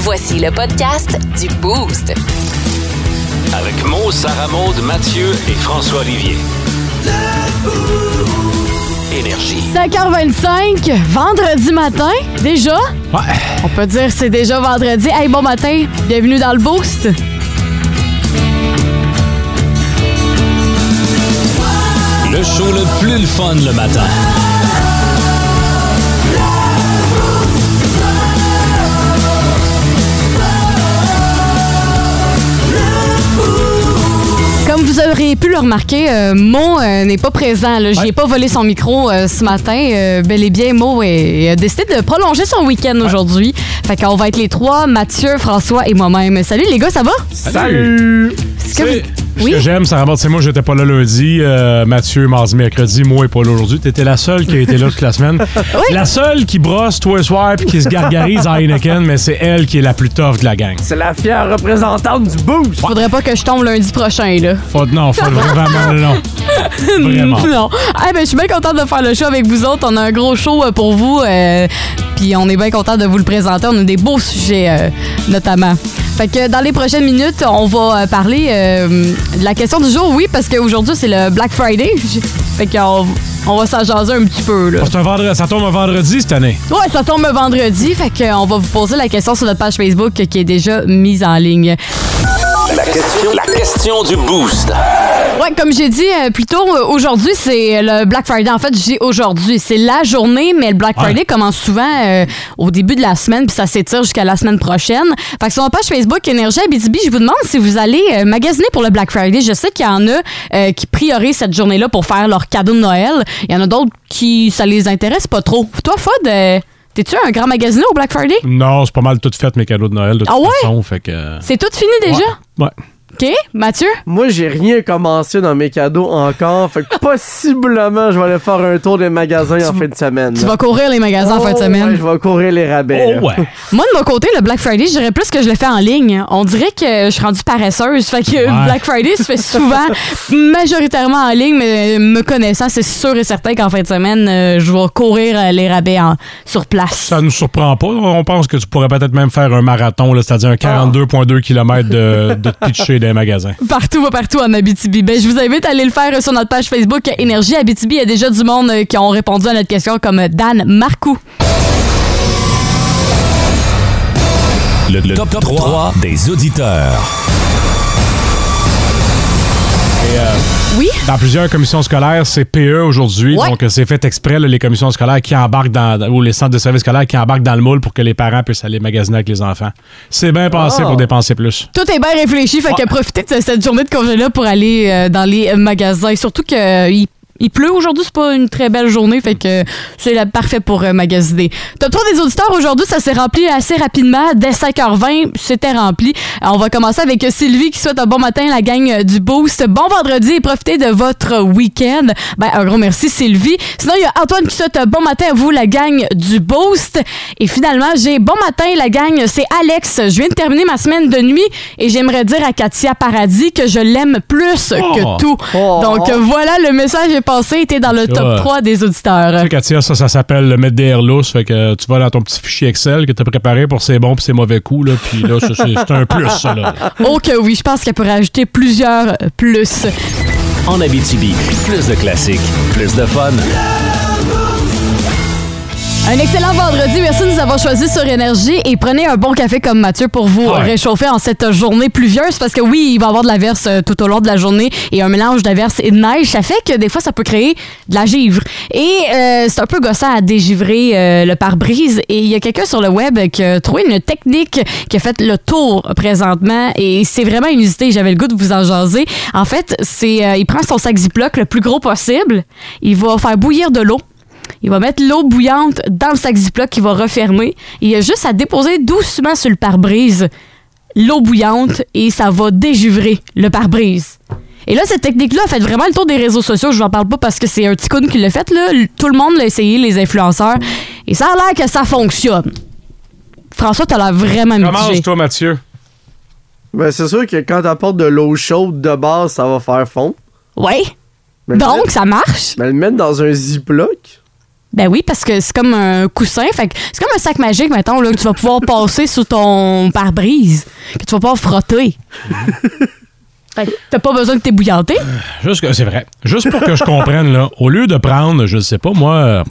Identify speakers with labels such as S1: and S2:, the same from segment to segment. S1: Voici le podcast du Boost.
S2: Avec Mo, Sarah Maud, Mathieu et François Olivier. Énergie.
S3: 5h25, vendredi matin, déjà.
S4: Ouais.
S3: On peut dire que c'est déjà vendredi. Hey, bon matin, bienvenue dans le Boost.
S2: Le show le plus le fun le matin.
S3: Comme vous aurez pu le remarquer, euh, Mo euh, n'est pas présent. là. J'ai
S4: Ouais.
S3: pas volé son micro euh, ce matin. Euh, bel et bien, Mo est- a décidé de prolonger son week-end aujourd'hui. Fait qu'on va être les trois, Mathieu, François et moi-même. Salut les gars, ça va?
S4: Salut!
S3: Est-ce
S4: Tu
S3: que
S4: sais,
S3: vous-
S4: Ce
S3: Oui?
S4: que j'aime, ça remporte, c'est moi, j'étais pas là lundi, euh, Mathieu, mardi, mercredi, moi et pas là aujourd'hui. T'étais la seule qui a été là toute la semaine. La seule qui brosse tous les soirs puis qui se gargarise à Heineken, mais c'est elle qui est la plus tough de la gang.
S5: C'est la fière représentante du boost.
S3: Faudrait pas que je tombe lundi prochain, là.
S4: Faut, non, faut vraiment, non. Vraiment.
S3: Non. Ah ben, je suis bien contente de faire le show avec vous autres. On a un gros show euh, pour vous. euh, Puis on est bien content de vous le présenter. On a des beaux sujets, euh, notamment. Fait que dans les prochaines minutes, on va euh, parler euh, de la question du jour, oui, parce qu'aujourd'hui, c'est le Black Friday. Fait qu'on on va s'en jaser un petit peu, là.
S4: C'est un vendredi, ça tombe un vendredi cette année.
S3: Ouais, ça tombe vendredi, fait qu'on va vous poser la question sur notre page Facebook qui est déjà mise en ligne.
S2: La question, la question du boost.
S3: Ouais, comme j'ai dit euh, plus tôt, euh, aujourd'hui, c'est le Black Friday. En fait, j'ai aujourd'hui. C'est la journée, mais le Black
S4: Ouais.
S3: Friday commence souvent euh, au début de la semaine, puis ça s'étire jusqu'à la semaine prochaine. Fait que sur ma page Facebook Énergie Abitibi, je vous demande si vous allez euh, magasiner pour le Black Friday. Je sais qu'il y en a euh, qui priorisent cette journée-là pour faire leur cadeau de Noël. Il y en a d'autres qui ça les intéresse pas trop. Toi, Fod, euh, t'es-tu un grand magasinier au Black Friday?
S4: Non, c'est pas mal tout fait, mes cadeaux de Noël, de toute
S3: Ah ouais?
S4: façon. Fait que. euh,
S3: C'est tout fini déjà?
S4: Ouais. Ouais.
S3: OK, Mathieu?
S5: Moi, j'ai rien commencé dans mes cadeaux encore. Fait que possiblement, je vais aller faire un tour des magasins en fin de semaine.
S3: Tu vas courir les magasins en fin de
S5: Oh,
S3: semaine.
S5: ouais, je vais courir les rabais.
S4: Oh, ouais.
S3: Moi, de mon côté, le Black Friday, je dirais plus que je le fais en ligne. On dirait que je suis rendue paresseuse. Fait que
S4: Ouais.
S3: Black Friday se fait souvent majoritairement en ligne, mais euh, me connaissant, c'est sûr et certain qu'en fin de semaine, euh, je vais courir euh, les rabais en- sur place.
S4: Ça nous surprend pas. On pense que tu pourrais peut-être même faire un marathon, là, c'est-à-dire un
S3: Ah.
S4: 42,2 km de, de te pitcher des magasins.
S3: Partout, pas partout en Abitibi. Ben, je vous invite à aller le faire sur notre page Facebook Énergie Abitibi. Il y a déjà du monde euh, qui ont répondu à notre question, comme Dan Marcoux.
S2: Le, top, 3, des auditeurs. euh,
S3: Oui?
S4: Dans plusieurs commissions scolaires, c'est PE aujourd'hui.
S3: Ouais.
S4: Donc, euh, c'est fait exprès, là, les commissions scolaires qui embarquent dans, ou les centres de services scolaires qui embarquent dans le moule pour que les parents puissent aller magasiner avec les enfants. C'est bien pensé
S5: Ah.
S3: Oh.
S4: pour dépenser plus.
S3: Tout est bien réfléchi, fait que profitez de cette journée de congé-là pour aller euh, dans les magasins. Surtout que euh, il, il pleut aujourd'hui, c'est pas une très belle journée, fait que euh, c'est la- parfait pour euh, magasiner. Top 3 des auditeurs aujourd'hui, ça s'est rempli assez rapidement. Dès 5h20, c'était rempli. Euh, On va commencer avec Sylvie qui souhaite un bon matin, la gang euh, du Boost. Bon vendredi et profitez de votre week-end. Ben, un gros merci Sylvie. Sinon, il y a Antoine qui souhaite un bon matin à vous, la gang du Boost. Et finalement, j'ai bon matin, la gang, c'est Alex. Je viens de terminer ma semaine de nuit et j'aimerais dire à Katia Paradis que je l'aime plus
S4: Oh.
S3: que tout.
S5: Oh.
S3: Donc euh, voilà, le message est passé, était dans le top
S4: Ouais.
S3: 3 des auditeurs.
S4: Tu sais, Katia, ça, ça s'appelle le mettre des lousses. Fait que tu vas dans ton petit fichier Excel que t'as préparé pour ses bons puis ses mauvais coups, là. Puis là, c'est- c'est c'est un plus, ça, là.
S3: Oh que oui, je pense qu'elle pourrait ajouter plusieurs euh, plus.
S2: En Abitibi, plus de classiques, plus de fun.
S3: Un excellent vendredi. Merci de nous avoir choisi sur Énergie et prenez un bon café comme Mathieu pour vous
S4: Ouais.
S3: réchauffer en cette journée pluvieuse parce que oui, il va y avoir de la verse euh, tout au long de la journée et un mélange d'averse et de neige. Ça fait que des fois, ça peut créer de la givre. Et euh, c'est un peu gossant à dégivrer euh, le pare-brise. Et il y a quelqu'un sur le web qui a trouvé une technique qui a fait le tour présentement et c'est vraiment inusité. J'avais le goût de vous en jaser. En fait, c'est euh, il prend son sac Ziploc le plus gros possible. Il va faire bouillir de l'eau. Il va mettre l'eau bouillante dans le sac Ziploc qui va refermer. Il a juste à déposer doucement sur le pare-brise l'eau bouillante et ça va déjuvrer le pare-brise. Et là, cette technique-là a fait vraiment le tour des réseaux sociaux. Je vous en parle pas parce que c'est un petit con qui l'a fait. Là. L- Tout le monde l'a essayé, les influenceurs. Et ça a l'air que ça fonctionne. François, t'as l'air vraiment mitigé.
S4: Commence-toi, Mathieu.
S5: Ben, c'est sûr que quand t'apportes de l'eau chaude de base, ça va faire fond.
S3: Ouais.
S5: Mais le
S3: Donc,
S5: mettre-
S3: ça marche.
S5: mais le mettre dans un Ziploc,
S3: Ben oui, parce que c'est comme un coussin. Fait que c'est comme un sac magique, mettons, là, que tu vas pouvoir passer sous ton pare-brise, que tu vas pouvoir frotter. fait que t'as pas besoin de t'ébouillanter.
S4: Juste que- c'est vrai. Juste pour que je comprenne, là, au lieu de prendre, je sais pas, moi, euh,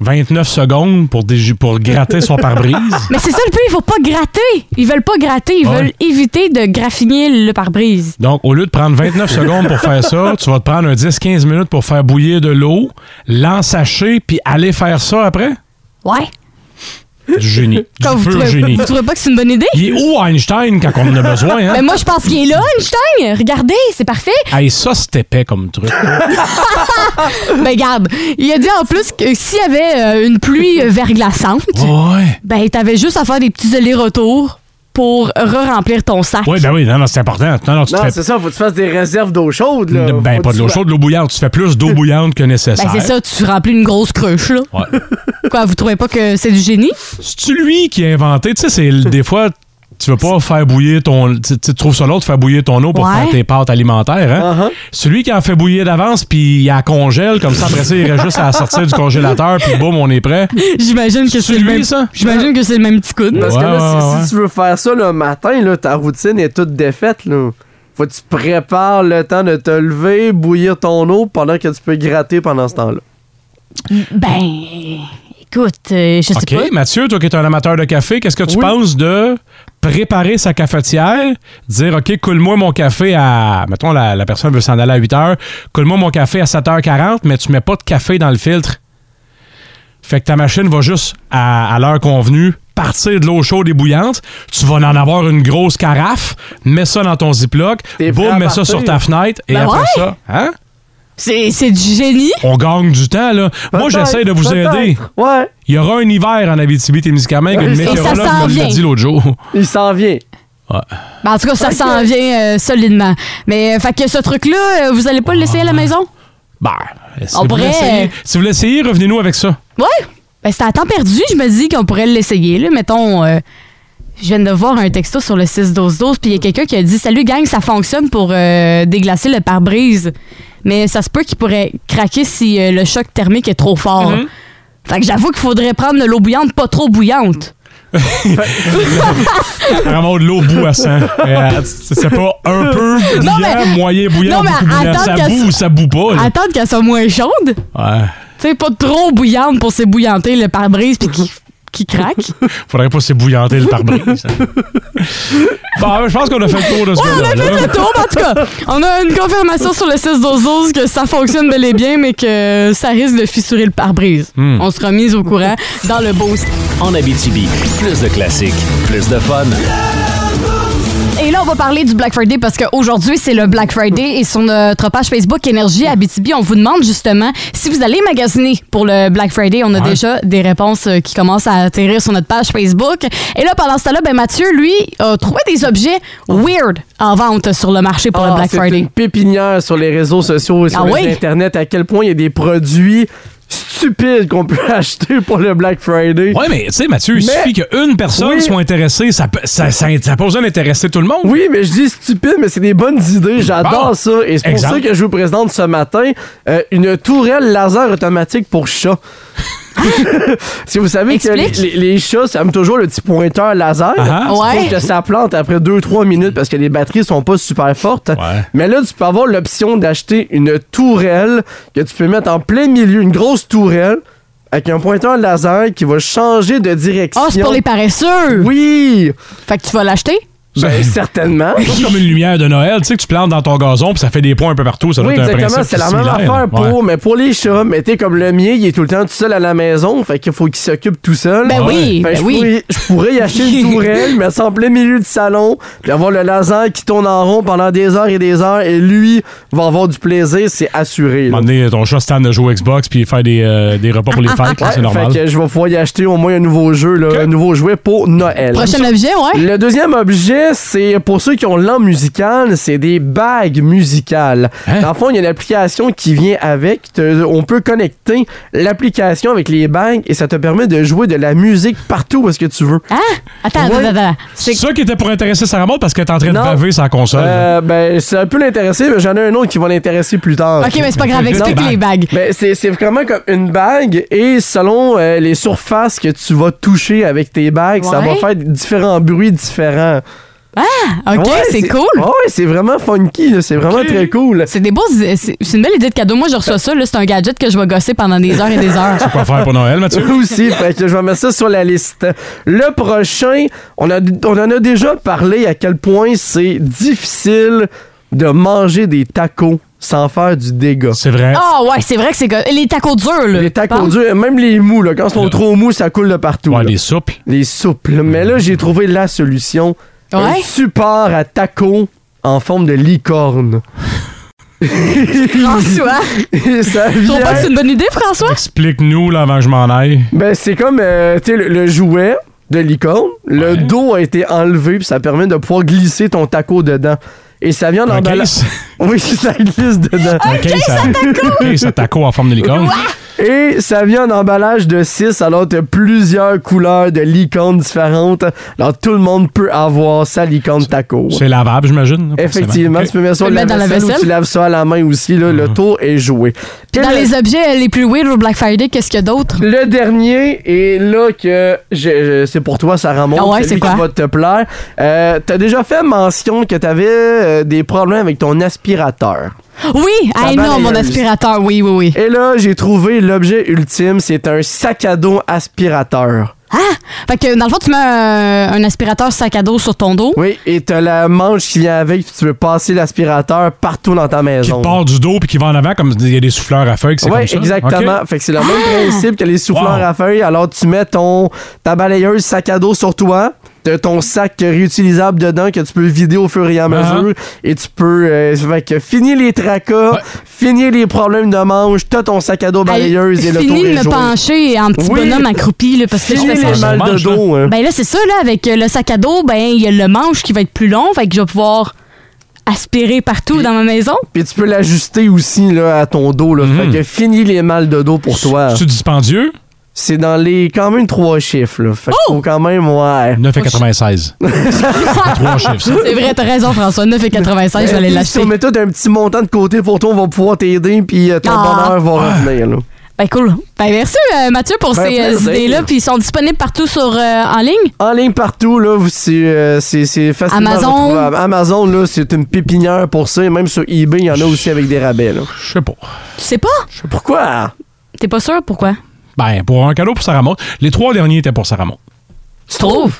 S4: 29 secondes pour, déju- pour gratter son pare-brise.
S3: Mais c'est ça le but, il faut pas gratter. Ils veulent pas gratter, ils
S4: Ouais.
S3: veulent éviter de graffiner le pare-brise.
S4: Donc, au lieu de prendre 29 secondes pour faire ça, tu vas te prendre un 10-15 minutes pour faire bouillir de l'eau, l'ensacher, puis aller faire ça après?
S3: Ouais.
S4: Du génie. Du
S3: Comme vous,
S4: pur
S3: trouvez,
S4: génie.
S3: vous trouvez pas que c'est une bonne idée?
S4: Il est où Einstein quand on en a besoin, hein?
S3: Ben moi, je pense qu'il est là, Einstein. Regardez, c'est parfait.
S4: Hey, ça, c'est épais comme truc.
S3: Ben regarde, il a dit en plus que s'il y avait euh, une pluie euh, verglaçante,
S4: Ouais.
S3: ben t'avais juste à faire des petits allers-retours pour re-remplir ton sac.
S4: Oui, ben oui, non, non, c'est important. Non, non, tu te
S5: Non,
S4: fais-
S5: c'est ça, faut que tu fasses des réserves d'eau chaude, là.
S4: Ben,
S5: Faut
S4: pas
S5: que
S4: de
S5: tu
S4: l'eau
S5: sois-
S4: chaude, de l'eau bouillante. Tu fais plus d'eau bouillante que nécessaire.
S3: Ben c'est ça, tu remplis une grosse cruche, là.
S4: Ouais.
S3: Quoi, vous trouvez pas que c'est du génie?
S4: C'est lui qui a inventé, tu sais, c'est le- des fois tu veux pas faire bouillir ton tu, tu trouves ça l'autre faire bouillir ton eau pour
S3: Ouais.
S4: faire tes pâtes alimentaires hein.
S5: Uh-huh.
S4: Celui qui en fait bouillir d'avance puis il la congèle comme ça après ça il reste juste à la sortir du congélateur puis boum on est prêt.
S3: J'imagine que c'est
S4: C'est
S3: le
S4: lui
S3: même.
S4: ça
S3: J'imagine que c'est le même petit coude.
S5: Parce que là, si,
S4: Ouais, ouais,
S5: si tu veux faire ça le matin, là, ta routine est toute défaite, là. Faut que tu prépares le temps de te lever, bouillir ton eau pendant que tu peux gratter pendant ce temps-là.
S3: Ben, écoute, euh, je sais
S4: OK,
S3: pas.
S4: Mathieu, toi qui es un amateur de café, qu'est-ce que tu
S5: Oui.
S4: penses de préparer sa cafetière, dire OK, coule-moi mon café à mettons la, la personne veut s'en aller à 8 heures, coule-moi mon café à 7h40, mais tu mets pas de café dans le filtre. Fait que ta machine va juste à, à l'heure convenue partir de l'eau chaude et bouillante, tu vas en avoir une grosse carafe, mets ça dans ton Ziploc,
S5: T'es prêt
S4: boum,
S5: à
S4: mets ça
S5: partir.
S4: sur ta fenêtre et
S3: Ben
S4: après
S3: ouais.
S4: ça, hein?
S3: C'est c'est du génie.
S4: On gagne du temps là. Moi
S5: Peut-être,
S4: j'essaie de vous
S5: peut-être.
S4: aider.
S5: Ouais,
S4: Il y aura un hiver en Abitibi-Témiscamingue que le
S5: Et ça
S4: météorologue
S3: Euh, s'en
S4: me l'a
S3: vient.
S4: dit l'autre jour.
S5: il s'en vient.
S3: Ben, en tout cas, ça s'en vient euh, solidement. Mais, euh, fait que ce truc-là, euh, vous allez pas le laisser à
S4: Ah,
S3: la maison?
S4: Ben, si
S3: On
S4: vous
S3: pourrait-
S4: l'essayez, si vous l'essayez, revenez-nous avec ça.
S3: Ouais! Ben, c'est à temps perdu, je me dis qu'on pourrait l'essayer. Là, mettons, euh, je viens de voir un texto sur le 6-12-12, puis il y a quelqu'un qui a dit Salut, gang, ça fonctionne pour euh, déglacer le pare-brise. Mais ça se peut qu'il pourrait craquer si euh, le choc thermique est trop fort. Fait que j'avoue qu'il faudrait prendre de l'eau bouillante, pas trop bouillante.
S4: Vraiment de l'eau bouassante. Euh, C'est pas un peu bouillant,
S3: Non, mais-
S4: moyen bouillant,
S3: non, mais
S4: beaucoup bouillant.
S3: attends
S4: Ça
S3: qu'elle
S4: boue
S3: se-
S4: ou ça boue pas. là.
S3: Attendre qu'elle soit moins chaude.
S4: Ouais.
S3: Tu sais, pas trop bouillante pour s'ébouillanter le pare-brise puis qui, qui craque.
S4: Faudrait pas s'ébouillanter le pare-brise. hein. bon, ben, je pense qu'on a fait le tour de ce
S3: Ouais, on a
S4: là
S3: fait le tour, mais en tout cas, on a une confirmation sur le 6 12 que ça fonctionne bel et bien, mais que ça risque de fissurer le pare-brise.
S4: Hmm.
S3: On sera mis au courant dans le boost.
S2: En Abitibi, plus de classiques, plus de fun.
S3: Et là, on va parler du Black Friday parce qu'aujourd'hui, c'est le Black Friday et sur notre page Facebook Énergie Abitibi, on vous demande justement si vous allez magasiner pour le Black Friday. On a
S4: Ouais.
S3: déjà des réponses euh, qui commencent à atterrir sur notre page Facebook. Et là, pendant ce temps-là, ben, Mathieu, lui, a trouvé des objets weird en vente sur le marché pour le
S5: Ah,
S3: Black
S5: c'est
S3: Friday.
S5: une pépinière sur les réseaux sociaux et sur
S3: Ah
S5: les
S3: oui?
S5: Internet à quel point il y a des produits stupides qu'on peut acheter pour le Black Friday.
S4: Ouais, mais tu sais, Mathieu, il
S5: Mais-
S4: suffit qu'une personne
S5: Oui.
S4: soit intéressée. Ça peut- ça, ça, ça a pas besoin d'intéresser tout le monde.
S5: Oui, Eh, mais je dis stupide, mais c'est des bonnes idées. J'adore
S4: Bon.
S5: ça. Et c'est pour
S4: Exemple.
S5: ça que je vous présente ce matin euh, une tourelle laser automatique pour chat. si vous savez que les,
S3: Explique.
S5: les- les chats, ça aime toujours le petit pointeur laser.
S4: Ah, ah.
S3: Ouais.
S5: Sauf que ça plante après 2-3 minutes parce que les batteries sont pas super fortes.
S4: Ouais.
S5: Mais là, tu peux avoir l'option d'acheter une tourelle que tu peux mettre en plein milieu, une grosse tourelle avec un pointeur laser qui va changer de direction.
S3: Ah, c'est pour les paresseux!
S5: Oui!
S3: Fait que tu vas l'acheter?
S5: Ben, certainement.
S4: C'est comme une lumière de Noël, tu sais, que tu plantes dans ton gazon, puis ça fait des points un peu partout. Ça doit
S5: Oui,
S4: être un
S5: exactement.
S4: principe
S5: C'est la même
S4: similaire,
S5: affaire
S4: là.
S5: pour,
S4: Ouais.
S5: mais pour les chats. Mais t'es comme le mien, il est tout le temps tout seul à la maison. Fait qu'il faut qu'il s'occupe tout seul.
S3: Ben
S4: Ah
S3: oui,
S5: Fait que
S3: ben
S5: je,
S3: oui.
S5: pourrais, je pourrais y acheter une tourelle, mettre ça en plein milieu du salon, puis avoir le laser qui tourne en rond pendant des heures et des heures, et lui va avoir du plaisir, c'est assuré. là.
S4: Un moment donné, ton chat Stan de jouer Xbox puis faire des, euh, des repas pour
S3: Ah,
S4: les fêtes, là,
S5: Ouais,
S4: c'est normal.
S5: Fait que je vais pouvoir y acheter au moins un nouveau jeu, là, un nouveau jouet pour Noël.
S3: Prochain objet, ouais?
S5: Le deuxième objet, fait, c'est pour ceux qui ont l'âme musicale, c'est des bagues musicales.
S4: Hein?
S5: Dans le fond, il y a une application qui vient avec. Te- on peut connecter l'application avec les bagues et ça te permet de jouer de la musique partout où est-ce que tu veux.
S3: Hein? Attends,
S5: Ouais.
S3: attends, attends.
S4: C'est
S3: C'est
S4: ça qui était pour intéresser Sarah Maud parce qu'elle est en train
S5: Non.
S4: de baver sa console.
S5: Euh, ben, ça peut l'intéresser, mais j'en ai un autre qui va l'intéresser plus tard.
S3: OK, mais c'est pas grave,
S4: Non,
S3: explique
S4: bague.
S3: les bagues.
S5: Ben, c'est c'est vraiment comme une bague et selon euh, les surfaces que tu vas toucher avec tes bagues, ça va
S3: Ouais. Ah,
S5: faire différents bruits différents.
S3: OK,
S5: Ouais,
S3: c'est cool.
S5: Ouais, c'est vraiment funky, là, c'est vraiment
S4: Ok.
S5: très cool.
S3: C'est des beaux. C'est c'est une belle idée de cadeau. Moi, je reçois ça. là, C'est un gadget que je vais gosser pendant des heures et des heures.
S4: Ah, Quoi faire pour Noël, Mathieu?
S5: aussi, fait que je vais mettre ça sur la liste. Le prochain, on, a, on en a déjà parlé à quel point c'est difficile de manger des tacos sans faire du dégât.
S4: C'est vrai.
S3: Ah ouais, c'est vrai que c'est go- les tacos durs là.
S5: Les tacos
S3: Bon.
S5: durs, même les mous, là, quand ils sont
S4: Le-
S5: trop mous, ça coule de partout.
S4: Ouais,
S5: là.
S4: les souples. Mm.
S5: Les souples. Mais là, j'ai trouvé la solution. Un
S3: Ouais.
S5: support à tacos en forme de licorne.
S3: François,
S5: ça
S3: tu trouves pas que
S5: vient-
S3: c'est une bonne idée, François
S4: Explique-nous là, avant que je m'en aille.
S5: Ben, c'est comme euh, tu sais, le, le jouet de licorne. Le
S4: Ouais.
S5: dos a été enlevé, puis ça permet de pouvoir glisser ton taco dedans. Et ça vient dans
S4: Un case.
S5: Oui, ça glisse dedans.
S4: Un case à Un case à taco en forme de licorne.
S5: Et ça vient en emballage de 6, alors t'as plusieurs couleurs de licorne différentes. Alors tout le monde peut avoir sa licorne taco.
S4: C'est lavable, j'imagine. là, ben, forcément.
S5: Effectivement,
S4: Ok.
S5: tu peux mettre ça
S3: Tu peux
S5: dans
S3: le mettre
S5: la vaisselle ou tu laves ça à la main aussi. Là,
S4: Mhm.
S5: Le tour est joué. Et
S3: Dans
S5: le-
S3: les objets euh, les plus weird au Black Friday, qu'est-ce qu'il y a d'autre
S5: Le dernier est là que je- je- c'est pour toi, Sarah Maud,
S3: Ah ouais,
S5: celui
S3: c'est
S5: qui
S3: quoi?
S5: va te plaire. Euh, T'as déjà fait mention que t'avais euh, des problèmes avec ton aspirateur.
S3: Oui,
S5: La
S3: ah non,
S5: balayeuse.
S3: mon aspirateur, oui, oui, oui.
S5: Et là, j'ai trouvé l'objet ultime, c'est un sac à dos aspirateur.
S3: Ah! Fait que dans le fond, tu mets un, un aspirateur sac à dos sur ton dos.
S5: Oui, et t'as la manche qui vient avec, puis tu peux passer l'aspirateur partout dans ta
S4: Qui
S5: maison.
S4: part du dos puis qui va en avant comme il y a des souffleurs à feuilles. que c'est
S5: Ouais,
S4: comme ça.
S5: exactement.
S4: Ok. Ah!
S5: Fait que c'est le même
S3: Ah!
S5: principe que les souffleurs
S4: Wow.
S5: à feuilles. Alors, tu mets ton, ta balayeuse sac à dos sur toi. T'as ton sac réutilisable dedans que tu peux vider au fur et à mesure. Et tu peux. euh, fait que finir les tracas,
S4: Ouais.
S5: finir les problèmes de manche, t'as ton sac à dos balayeuse et
S3: Hey,
S5: le tour
S3: Fini de
S5: est
S3: me
S5: joué.
S3: pencher en petit
S5: Oui.
S3: bonhomme accroupi là, parce que je
S5: Fini
S3: fais ça.
S5: les
S4: ça.
S5: mal de
S4: Manche,
S5: dos. hein.
S3: Ben là, c'est ça, là, avec euh, le sac à dos, ben il y a le manche qui va être plus long, fait que je vais pouvoir aspirer partout dans ma maison.
S5: Puis tu peux l'ajuster aussi là, à ton dos. Là. Fait que fini les mal de dos pour toi.
S4: C'est-tu dispendieux?
S5: C'est dans les quand même trois chiffres. Là. Fait que
S3: Oh!
S5: faut quand même, ouais.
S4: 9,96. Trois chiffres, ça.
S3: C'est vrai, t'as raison, François. 9,96, je vais aller
S5: Puis Si
S3: l'acheter.
S5: on met tout un petit montant de côté pour toi, on va pouvoir t'aider, puis euh, ton
S3: Ah.
S5: bonheur va revenir. là.
S3: Ben cool. Ben merci euh, Mathieu pour
S5: Ben,
S3: ces euh,
S5: plaisir.
S3: idées-là. Puis ils sont disponibles partout sur euh, en ligne.
S5: En ligne partout, là, vous- c'est euh, c'est- c'est facilement
S3: Amazon.
S5: retrouvable. Amazon, là, c'est une pépinière pour ça, et même sur eBay, il y en a aussi avec des rabais. là.
S4: Je sais pas.
S3: Tu sais pas?
S5: Pourquoi?
S3: T'es pas sûr pourquoi?
S4: Ben, pour un cadeau pour Sarah Maud. Les trois derniers étaient pour Sarah Maud.
S3: Tu trouves?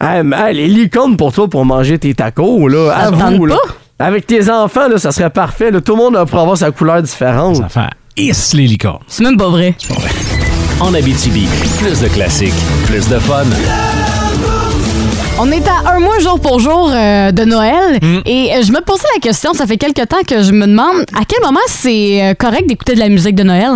S5: Hey, mais, hey, les licornes pour toi pour manger tes tacos, là,
S3: Ça te
S5: avoue,
S3: tente
S5: là.
S3: pas?
S5: Avec tes enfants, là, ça serait parfait. là. Tout le monde pourrait avoir sa couleur différente.
S4: Ça fait hisse les licornes.
S3: C'est même pas vrai.
S2: En Abitibi, plus de classiques, plus de fun.
S3: On est à un mois jour pour jour euh, de Noël
S4: Mm.
S3: et euh, je me posais la question, ça fait quelques temps que je me demande à quel moment c'est euh, correct d'écouter de la musique de Noël?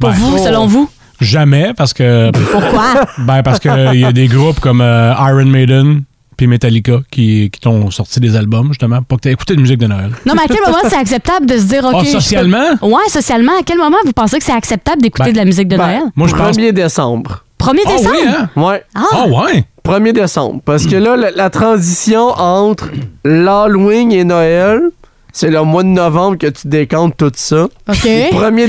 S3: Pour
S4: Ben,
S3: vous, selon vous?
S4: Jamais, parce que.
S3: Pourquoi?
S4: Ben, parce qu'il y a des groupes comme euh, Iron Maiden puis Metallica qui, qui t'ont sorti des albums, justement, pour que t'aies écouté de musique de Noël.
S3: non, mais à quel moment c'est acceptable de se dire, OK.
S4: Ah,
S3: je peux-
S4: socialement?
S3: Ouais, socialement. À quel moment vous pensez que c'est acceptable d'écouter
S4: Ben,
S3: de la musique de
S5: Ben,
S3: Noël?
S4: Moi, je pense-
S5: 1er décembre.
S3: 1er
S4: Ah
S3: décembre?
S4: oui, hein?
S5: Ouais.
S4: Ah, ouais?
S5: 1er décembre. Parce que là, la, la transition entre l'Halloween et Noël, c'est le mois de novembre que tu décomptes tout ça.
S3: OK.
S5: 1er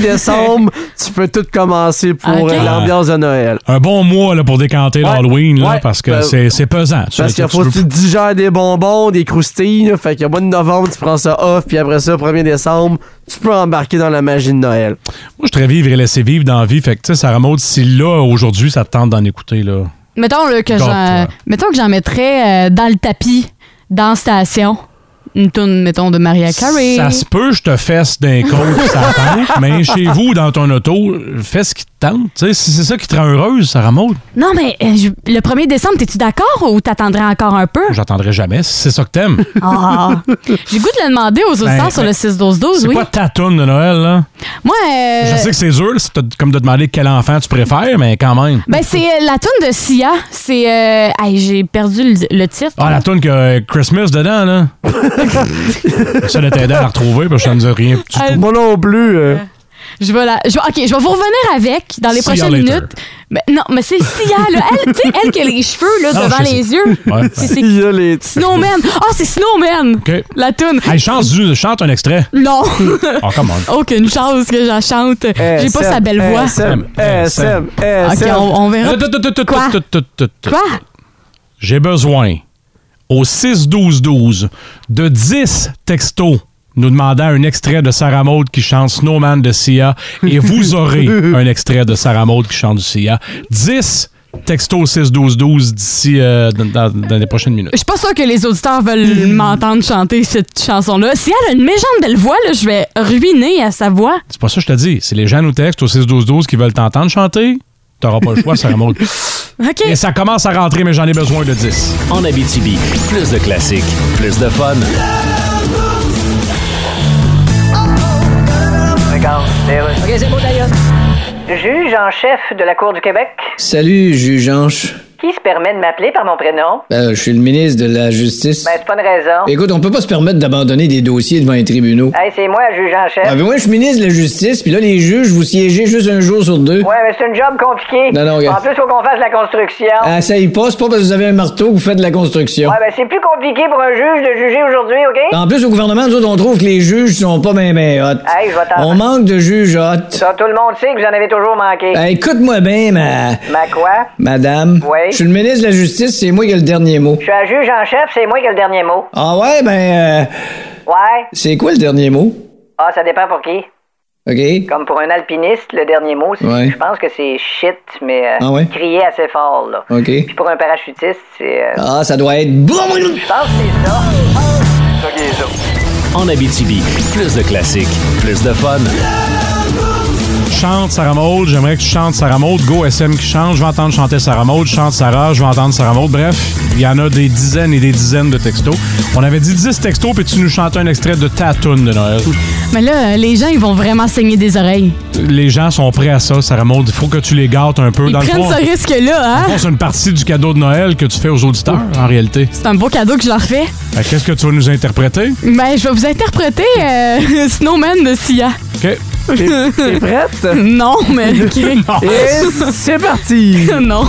S5: décembre, tu peux tout commencer pour
S3: Ok.
S5: euh, l'ambiance de Noël.
S4: Un bon mois là, pour décanter
S5: Ouais.
S4: l'Halloween, là,
S5: Ouais.
S4: parce que
S5: Ben,
S4: c'est- c'est pesant. Tu-
S5: Parce
S4: tu-
S5: qu'il
S4: tu
S5: faut que
S4: veux-
S5: tu digères des bonbons, des croustilles. là. Fait que mois de novembre, tu prends ça off, puis après ça, 1er décembre, tu peux embarquer dans la magie de Noël.
S4: Moi, je suis très vivre et laisser vivre dans la vie. Fait que, tu sais, Sarah Maud, si là, aujourd'hui, ça te tente d'en écouter, là.
S3: Mettons, là, que
S4: Garde-toi.
S3: j'en, mettons que j'en mettrais euh, dans le tapis, dans station, une toune, mettons, de Maria Carey.
S4: Ça se peut, je te fesse d'un côte, ça tente, mais chez vous, dans ton auto, fais ce qui te tente. Tu sais, si c'est ça qui te rend heureuse, Sarah Maud,
S3: Non, mais euh, je- le 1er décembre, t'es-tu d'accord ou t'attendrais encore un peu?
S4: j'attendrai jamais. Si c'est ça que t'aimes,
S3: Ah. J'ai le goût de le demander aux auditeurs
S4: Ben,
S3: sur
S4: ben,
S3: le 6-12-12,
S4: c'est
S3: oui.
S4: pas ta toune de Noël, là.
S3: Moi, euh,
S4: Je sais que c'est dur, là, c'est de- comme de demander quel enfant tu préfères, mais quand même.
S3: ben c'est euh, la tune de Sia, c'est euh, hey, j'ai perdu le, le titre.
S4: Ah, la toune que euh, Christmas dedans, là. ça doit t'aider à la retrouver, parce que ça ne me dit rien du tout.
S3: Ah,
S5: Moi non plus. euh,
S3: Je vais la. Je vais- ok, je vais vous revenir avec dans les
S4: See you
S3: prochaines
S4: later.
S3: minutes. Mais, non, mais c'est Sia, là. Elle, tu sais, elle qui a les cheveux là,
S4: Non,
S3: devant
S4: je sais.
S3: les yeux.
S4: Ouais, ouais.
S3: C'est- c'est
S5: il y a les-
S3: Snowman. Ah, c'est Snowman.
S4: OK.
S3: La toune.
S4: Hey, chante, du- chante un extrait.
S3: Non.
S4: Oh, come on.
S3: Aucune chance que j'en chante.
S5: Eh,
S3: J'ai pas
S4: Euh,
S5: Seb,
S3: sa belle voix.
S5: Eh, Seb, eh, Seb, eh,
S3: ok,
S5: Seb.
S3: on, on verra. Quoi?
S4: Quoi?
S3: Quoi?
S4: J'ai besoin au 6-12-12 de 10 textos nous demandant un extrait de Sarah Maud qui chante Snowman de Sia et vous aurez un extrait de Sarah Maud qui chante du Sia. 10 textos 6-12-12 d'ici euh, dans, dans- dans les prochaines minutes.
S3: Je suis pas sûre que les auditeurs veulent m'entendre chanter cette chanson-là. Si elle a une méchante belle voix, là, je vais ruiner à sa voix.
S4: C'est pas ça que je te dis. C'est les gens nous textent au 6-12-12 qui veulent t'entendre chanter. T'auras pas le choix, Sarah Maud.
S3: OK.
S4: Et ça commence à rentrer, mais j'en ai besoin de 10.
S2: En Abitibi, plus de classiques, plus de fun.
S6: Juge en chef de la Cour du Québec,
S7: Salut, juge Anche.
S6: qui se permet de m'appeler par mon prénom?
S7: Ben, je suis le ministre de la Justice.
S6: Ben, c'est pas une raison.
S7: Écoute, on peut pas se permettre d'abandonner des dossiers devant les tribunaux.
S6: Hey, c'est moi, juge en
S7: Ah,
S6: chef.
S7: ben moi, je suis ministre de la Justice, puis là, les juges, vous siégez juste un jour sur deux.
S6: Ouais, ben mais c'est une job compliquée.
S7: Non, non, regarde.
S6: En plus, faut qu'on fasse la construction.
S7: Ah, ça y passe pas parce que vous avez un marteau que vous faites de la construction.
S6: Ouais, ben, c'est plus compliqué pour un juge de juger aujourd'hui, OK?
S7: En plus, au gouvernement, nous autres, on trouve que les juges sont pas ben ben hot.
S6: Hey, je vais t'en-
S7: on manque de juges hot.
S6: Ça, tout le monde sait que vous en avez toujours manqué.
S7: Ben, écoute-moi bien, ma...
S6: Ma quoi?
S7: madame.
S6: Oui.
S7: Je suis le ministre de la Justice, c'est moi qui ai le dernier mot.
S6: Je suis un juge en chef, c'est moi qui ai le dernier mot.
S7: Ah ouais, ben, euh,
S6: Ouais?
S7: c'est quoi le dernier mot?
S6: Ah, ça dépend pour qui.
S7: OK?
S6: Comme pour un alpiniste, le dernier mot, c'est-
S7: Ouais.
S6: je pense que c'est shit, mais euh,
S7: Ah ouais?
S6: crier assez fort, là.
S7: OK.
S6: Puis pour un parachutiste, c'est... euh,
S7: Ah, ça doit être...
S6: Je pense que c'est ça.
S2: En Abitibi, plus de classiques, plus de fun.
S4: Chante Sarah Maud, j'aimerais que tu chantes Sarah Maud. Go SM qui chante, je vais entendre chanter Sarah Maud. Chante Sarah, je vais entendre Sarah Maud. Bref, il y en a des dizaines et des dizaines de textos. On avait dit 10 textos, puis tu nous chantais un extrait de ta toune de Noël.
S3: Mais là, euh, les gens, ils vont vraiment saigner des oreilles.
S4: Les gens sont prêts à ça, Sarah Maud. Il faut que tu les gâtes un peu.
S3: Ils
S4: dans le
S3: prennent
S4: fond,
S3: ce risque-là, hein?
S4: on- c'est une partie du cadeau de Noël que tu fais aux auditeurs, en réalité.
S3: C'est un beau cadeau que je leur fais.
S4: Fait que Qu'est-ce que tu vas nous interpréter?
S3: Ben, je vais vous interpréter euh, Snowman de Sia.
S4: OK.
S5: T'es prête?
S3: Non, mais OK.
S5: Et c'est parti!
S3: non.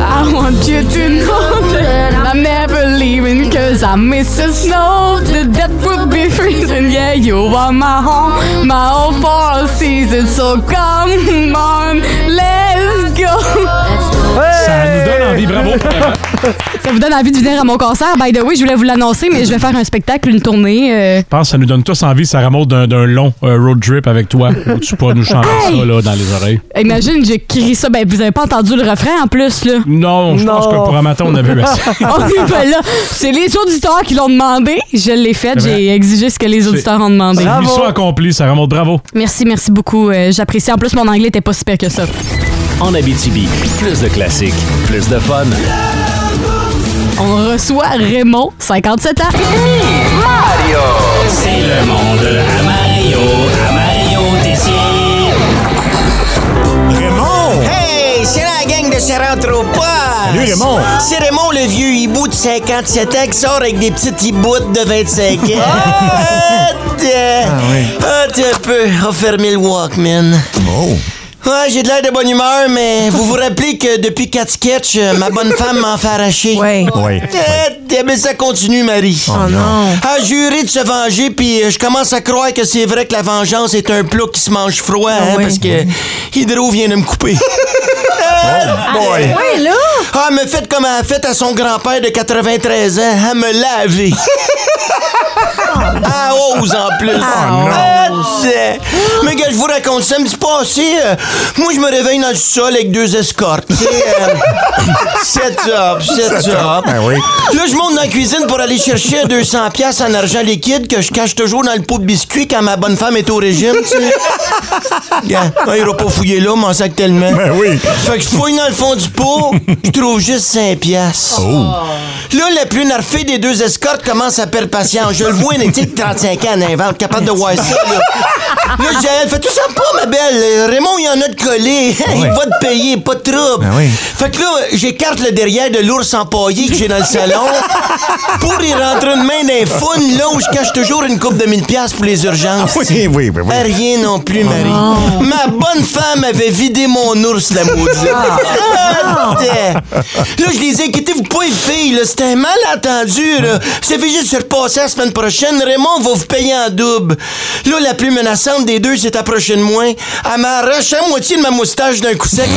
S3: I want you to know that I'm never leaving Cause I miss the snow The death will be freezing Yeah, you are my home My home for a season So come on, let's go
S4: Ça nous donne envie, bravo.
S3: Ça vous donne envie de venir à mon concert? By the way, je voulais vous l'annoncer, mais je vais faire un spectacle, une tournée. euh,
S4: Je pense que ça nous donne tous envie, Sarah Maud, d'un d'un long euh, road trip avec toi, où tu pourras nous chanter ça là, dans les oreilles.
S3: Imagine, j'ai crié ça. Ben, vous avez pas entendu le refrain en plus, là.
S4: Non, je pense que
S5: Non.
S4: pour un matin, on a vu assez.
S3: On est pas là. C'est les auditeurs qui l'ont demandé. Je l'ai fait.
S4: C'est vrai.
S3: J'ai exigé ce que les auditeurs ont demandé.
S5: Bravo.
S4: Mission accomplie, ça remonte. Bravo.
S3: Merci, merci beaucoup. Euh, J'apprécie. En plus, mon anglais était pas si pire que ça.
S2: En Abitibi, plus de classiques, plus de fun.
S3: On reçoit Raymond, 57 ans.
S2: C'est le monde à Mario, à Mario
S8: Hey, c'est la gang de Sarantropa! Salut Raymond! C'est Raymond le vieux hibou de 57 ans qui sort avec des petites hiboutes de 25 ans. ah, t'es- ah, t'es un peu enfermé le Walkman. Oh! Ouais, j'ai de l'air de bonne humeur, mais vous vous rappelez que depuis 4 sketchs, euh, ma bonne femme m'en fait arracher.
S9: Ouais.
S8: Oh, Ouais. mais eh ben, ça continue, Marie.
S9: Oh non.
S8: Ah, juré de se venger, puis euh, je commence à croire que c'est vrai que la vengeance est un plat qui se mange froid, hein,
S9: Ah, oui.
S8: parce que Hydro vient de me couper. Euh,
S9: Ouais, là.
S8: Ah, me fait comme elle a fait à son grand-père de 93 ans, à me laver. À ose en plus. Ah, c'est- Mais que je vous raconte ça, me dit passé, euh, moi je me réveille dans le sol avec deux escortes. C'est euh, set up, set up.
S9: Ah
S8: Là, je monte dans la cuisine pour aller chercher 200 pièces en argent liquide que je cache toujours dans le pot de biscuits quand ma bonne femme est au régime, tu sais. Gars, ah, il aura pas fouillé là, mon sac tellement. Ben oui. Fait que je fouille dans le fond du pot, je trouve juste 5 piastres. Là, le plus nerfé des deux escortes commence à perdre patience. Je le vois, une éthique de 35 ans en invente, capable de voir ça. Là, là je dis, elle fait tout ça pas, ma belle. Raymond, il y en a de collé. Il va te payer, pas de trouble.
S9: Ben oui.
S8: Fait que là, j'écarte le derrière de l'ours empaillé que j'ai dans le salon pour y rentrer une main dans les founes, là où je cache toujours une coupe de 1000 pièces pour les urgences.
S9: Oui, oui, oui. Oh, oui.
S8: Ah, Rien non plus, Marie. Ma bonne femme avait vidé mon ours, la maudite. Ah, t'es. là, je les ai inquiétés, vous pas les filles, là. C'était un malentendu, là. Ça fait juste se repasser la semaine prochaine. Raymond va vous payer en double. Là, la plus menaçante des deux s'est approchée de moi. Elle m'arrache à moitié de ma moustache d'un coup sec.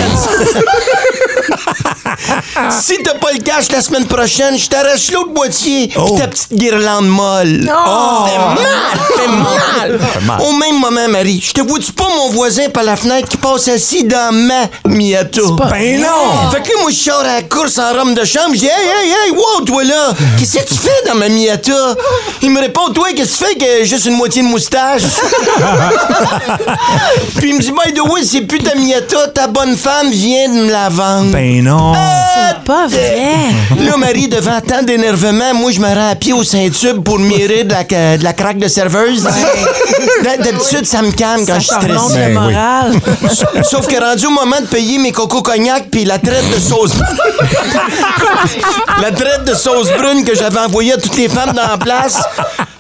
S8: si t'as pas le cash la semaine prochaine, je t'arrache l'autre moitié pis ta petite guirlande molle. Oh! Fait mal,
S10: Ah!
S8: fait mal. Oh, Au même moment, Marie, je te vois-tu pas mon voisin par la fenêtre qui passe assis dans ma Miato?
S9: Ben non!
S8: Fait que là, moi, je sors à la course en robe de chambre. Je dis, hey, hey, hey, wow, toi là, qu'est-ce que tu fais dans ma Miata? Il me répond, toi, qu'est-ce que tu fais que juste une moitié de moustache? Puis il me dit, by the way, c'est plus ta Miata, ta bonne femme vient de me la vendre.
S9: Ben non!
S8: C'est
S3: pas vrai.
S9: Mhm.
S8: Là, Marie, devant tant d'énervement, moi, je me rends à pied au Saint-Tube pour mirer de la, ca- de la craque de serveuse. D- D'habitude, ça me calme quand je suis
S9: remonte
S8: stressé.
S9: Ben oui.
S11: moral.
S8: Sauf que rendu au moment de payer mes cocos cognac puis la traite de sauce la traite de sauce brune que j'avais envoyée à toutes les femmes dans la place,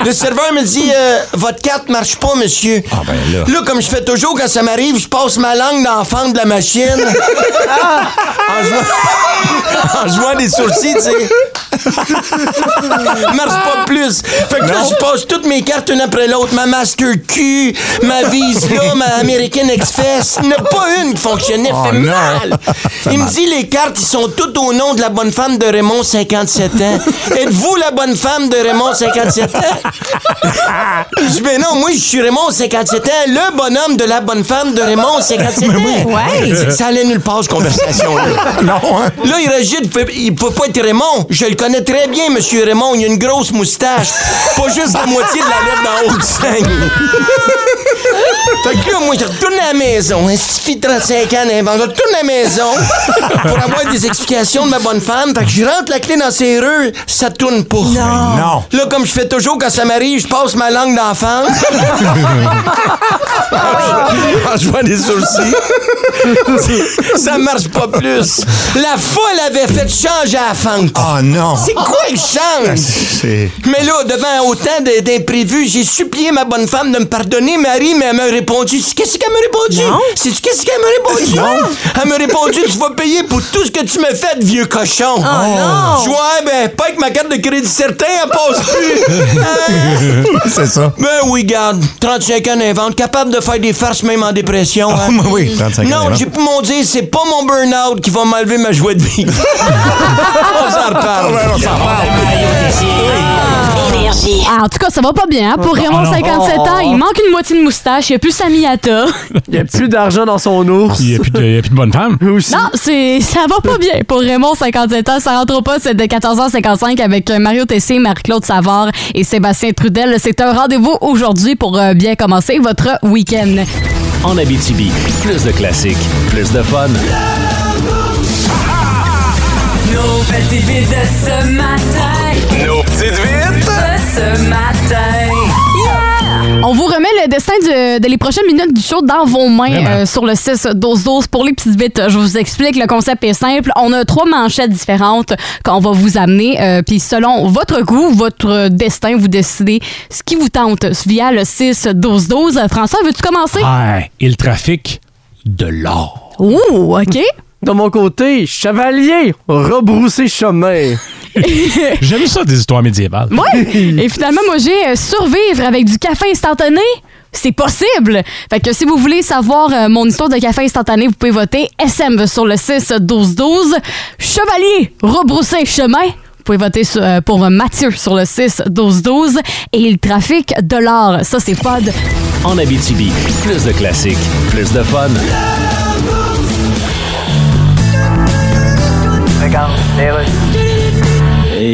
S8: le serveur me dit euh, votre carte marche pas monsieur.
S9: Ah, ben là.
S8: comme je fais toujours quand ça m'arrive, je passe ma langue dans la fente de la machine. Ah! en jouant en jouant des sourcils, tu sais. marche pas plus. Fait que là, je passe toutes mes cartes une après l'autre. Ma Master Q, ma Visa, ma American Express. Il n'y en a pas une qui fonctionnait.
S9: Oh
S8: fait
S9: non.
S8: mal. Il me dit, les cartes, ils sont toutes au nom de la bonne femme de Raymond, 57 ans. Êtes-vous la bonne femme de Raymond, 57 ans? je dis, ben non, moi, je suis Raymond, 57 ans. Le bonhomme de la bonne femme de Raymond, 57 ans.
S3: Ouais.
S8: Ben Ça allait nulle part, cette conversation-là.
S9: Non, hein?
S8: Là, il réagit, il peut- il peut pas être Raymond. Je le connais très bien, monsieur Raymond. Il a une grosse moustache. Pas juste la moitié de la lèvre d'en haut du sein. Fait que là, moi, je retourne à la maison. Un petit fille de 35 ans, elle Je retourne à la maison pour avoir des explications de ma bonne femme. Fait que je rentre la clé dans ses serrure, ça tourne pas.
S9: Non!
S8: Là, comme je fais toujours quand ça m'arrive, je passe ma langue d'enfant. en jouant des sourcils. ça marche pas plus. La foule avait fait changer à la fente.
S9: Ah non!
S8: C'est quoi le change?
S9: C'est.
S8: Mais là, devant autant de- d'imprévus, j'ai supplié ma bonne femme de me pardonner, Marie, mais elle m'a répondu. C'est Qu'est-ce qu'elle m'a répondu? C'est tu qu'est-ce qu'elle m'a répondu? Elle m'a répondu, tu vas payer pour tout ce que tu me fais, vieux cochon. Oh,
S3: non!
S8: Je vois, ben, pas avec ma carte de crédit certain, elle passe plus. Hein?
S9: C'est ça.
S8: ben oui, garde, 35 ans d'invente, capable de faire des farces même en dépression.
S9: Ah,
S8: hein.
S9: mais oui, 35 ans
S8: Non,
S9: d'avance.
S8: j'ai pu mon dire, c'est pas mon burn-out qui va m'enlever ma joie de vivre. on s'en reparle.
S1: Énergie.
S3: Ah, en tout cas, ça va pas bien. hein? Pour Raymond, 57 ans, il manque une moitié de moustache. Il n'y a plus sa miata.
S5: Il n'y a plus d'argent dans son ours.
S4: Il n'y a, plus de- il y a plus de bonne femme.
S5: Aussi.
S3: Non, c'est ça va pas bien. Pour Raymond, 57 ans, ça rentre pas. C'est de 14h55 avec euh, Mario Tessé, Marc-Claude Savard et Sébastien Trudel. C'est un rendez-vous aujourd'hui pour euh, bien commencer votre week-end.
S2: En Abitibi, plus de classiques, plus de fun.
S11: Nos petites vites de ce matin.
S2: Nos petites vites!
S11: De ce matin.
S3: On vous remet le destin de, de les prochaines minutes du show dans vos mains
S4: Vraiment.
S3: euh, sur le 6-12-12. Pour les petites bêtes, je vous explique. Le concept est simple. On a trois manchettes différentes qu'on va vous amener. euh, Puis selon votre goût, votre destin, vous décidez ce qui vous tente via le 6-12-12. Euh, François, veux-tu commencer?
S4: Ah, et le trafic de l'or.
S3: Ouh, OK.
S5: Oh. De mon côté, chevalier, rebrousser chemin.
S4: J'aime ça des histoires médiévales.
S3: Ouais. Et finalement, moi, j'ai euh, survivre avec du café instantané. C'est possible! Fait que si vous voulez savoir euh, mon histoire de café instantané, vous pouvez voter SM sur le 6-12-12. Chevalier, rebrousser chemin. Vous pouvez voter sur- euh, pour Mathieu sur le 6-12-12. Et le trafic de l'or. Ça, c'est pod.
S2: En Abitibi, plus de classiques, plus de fun.
S6: Regarde, les rues.
S2: Et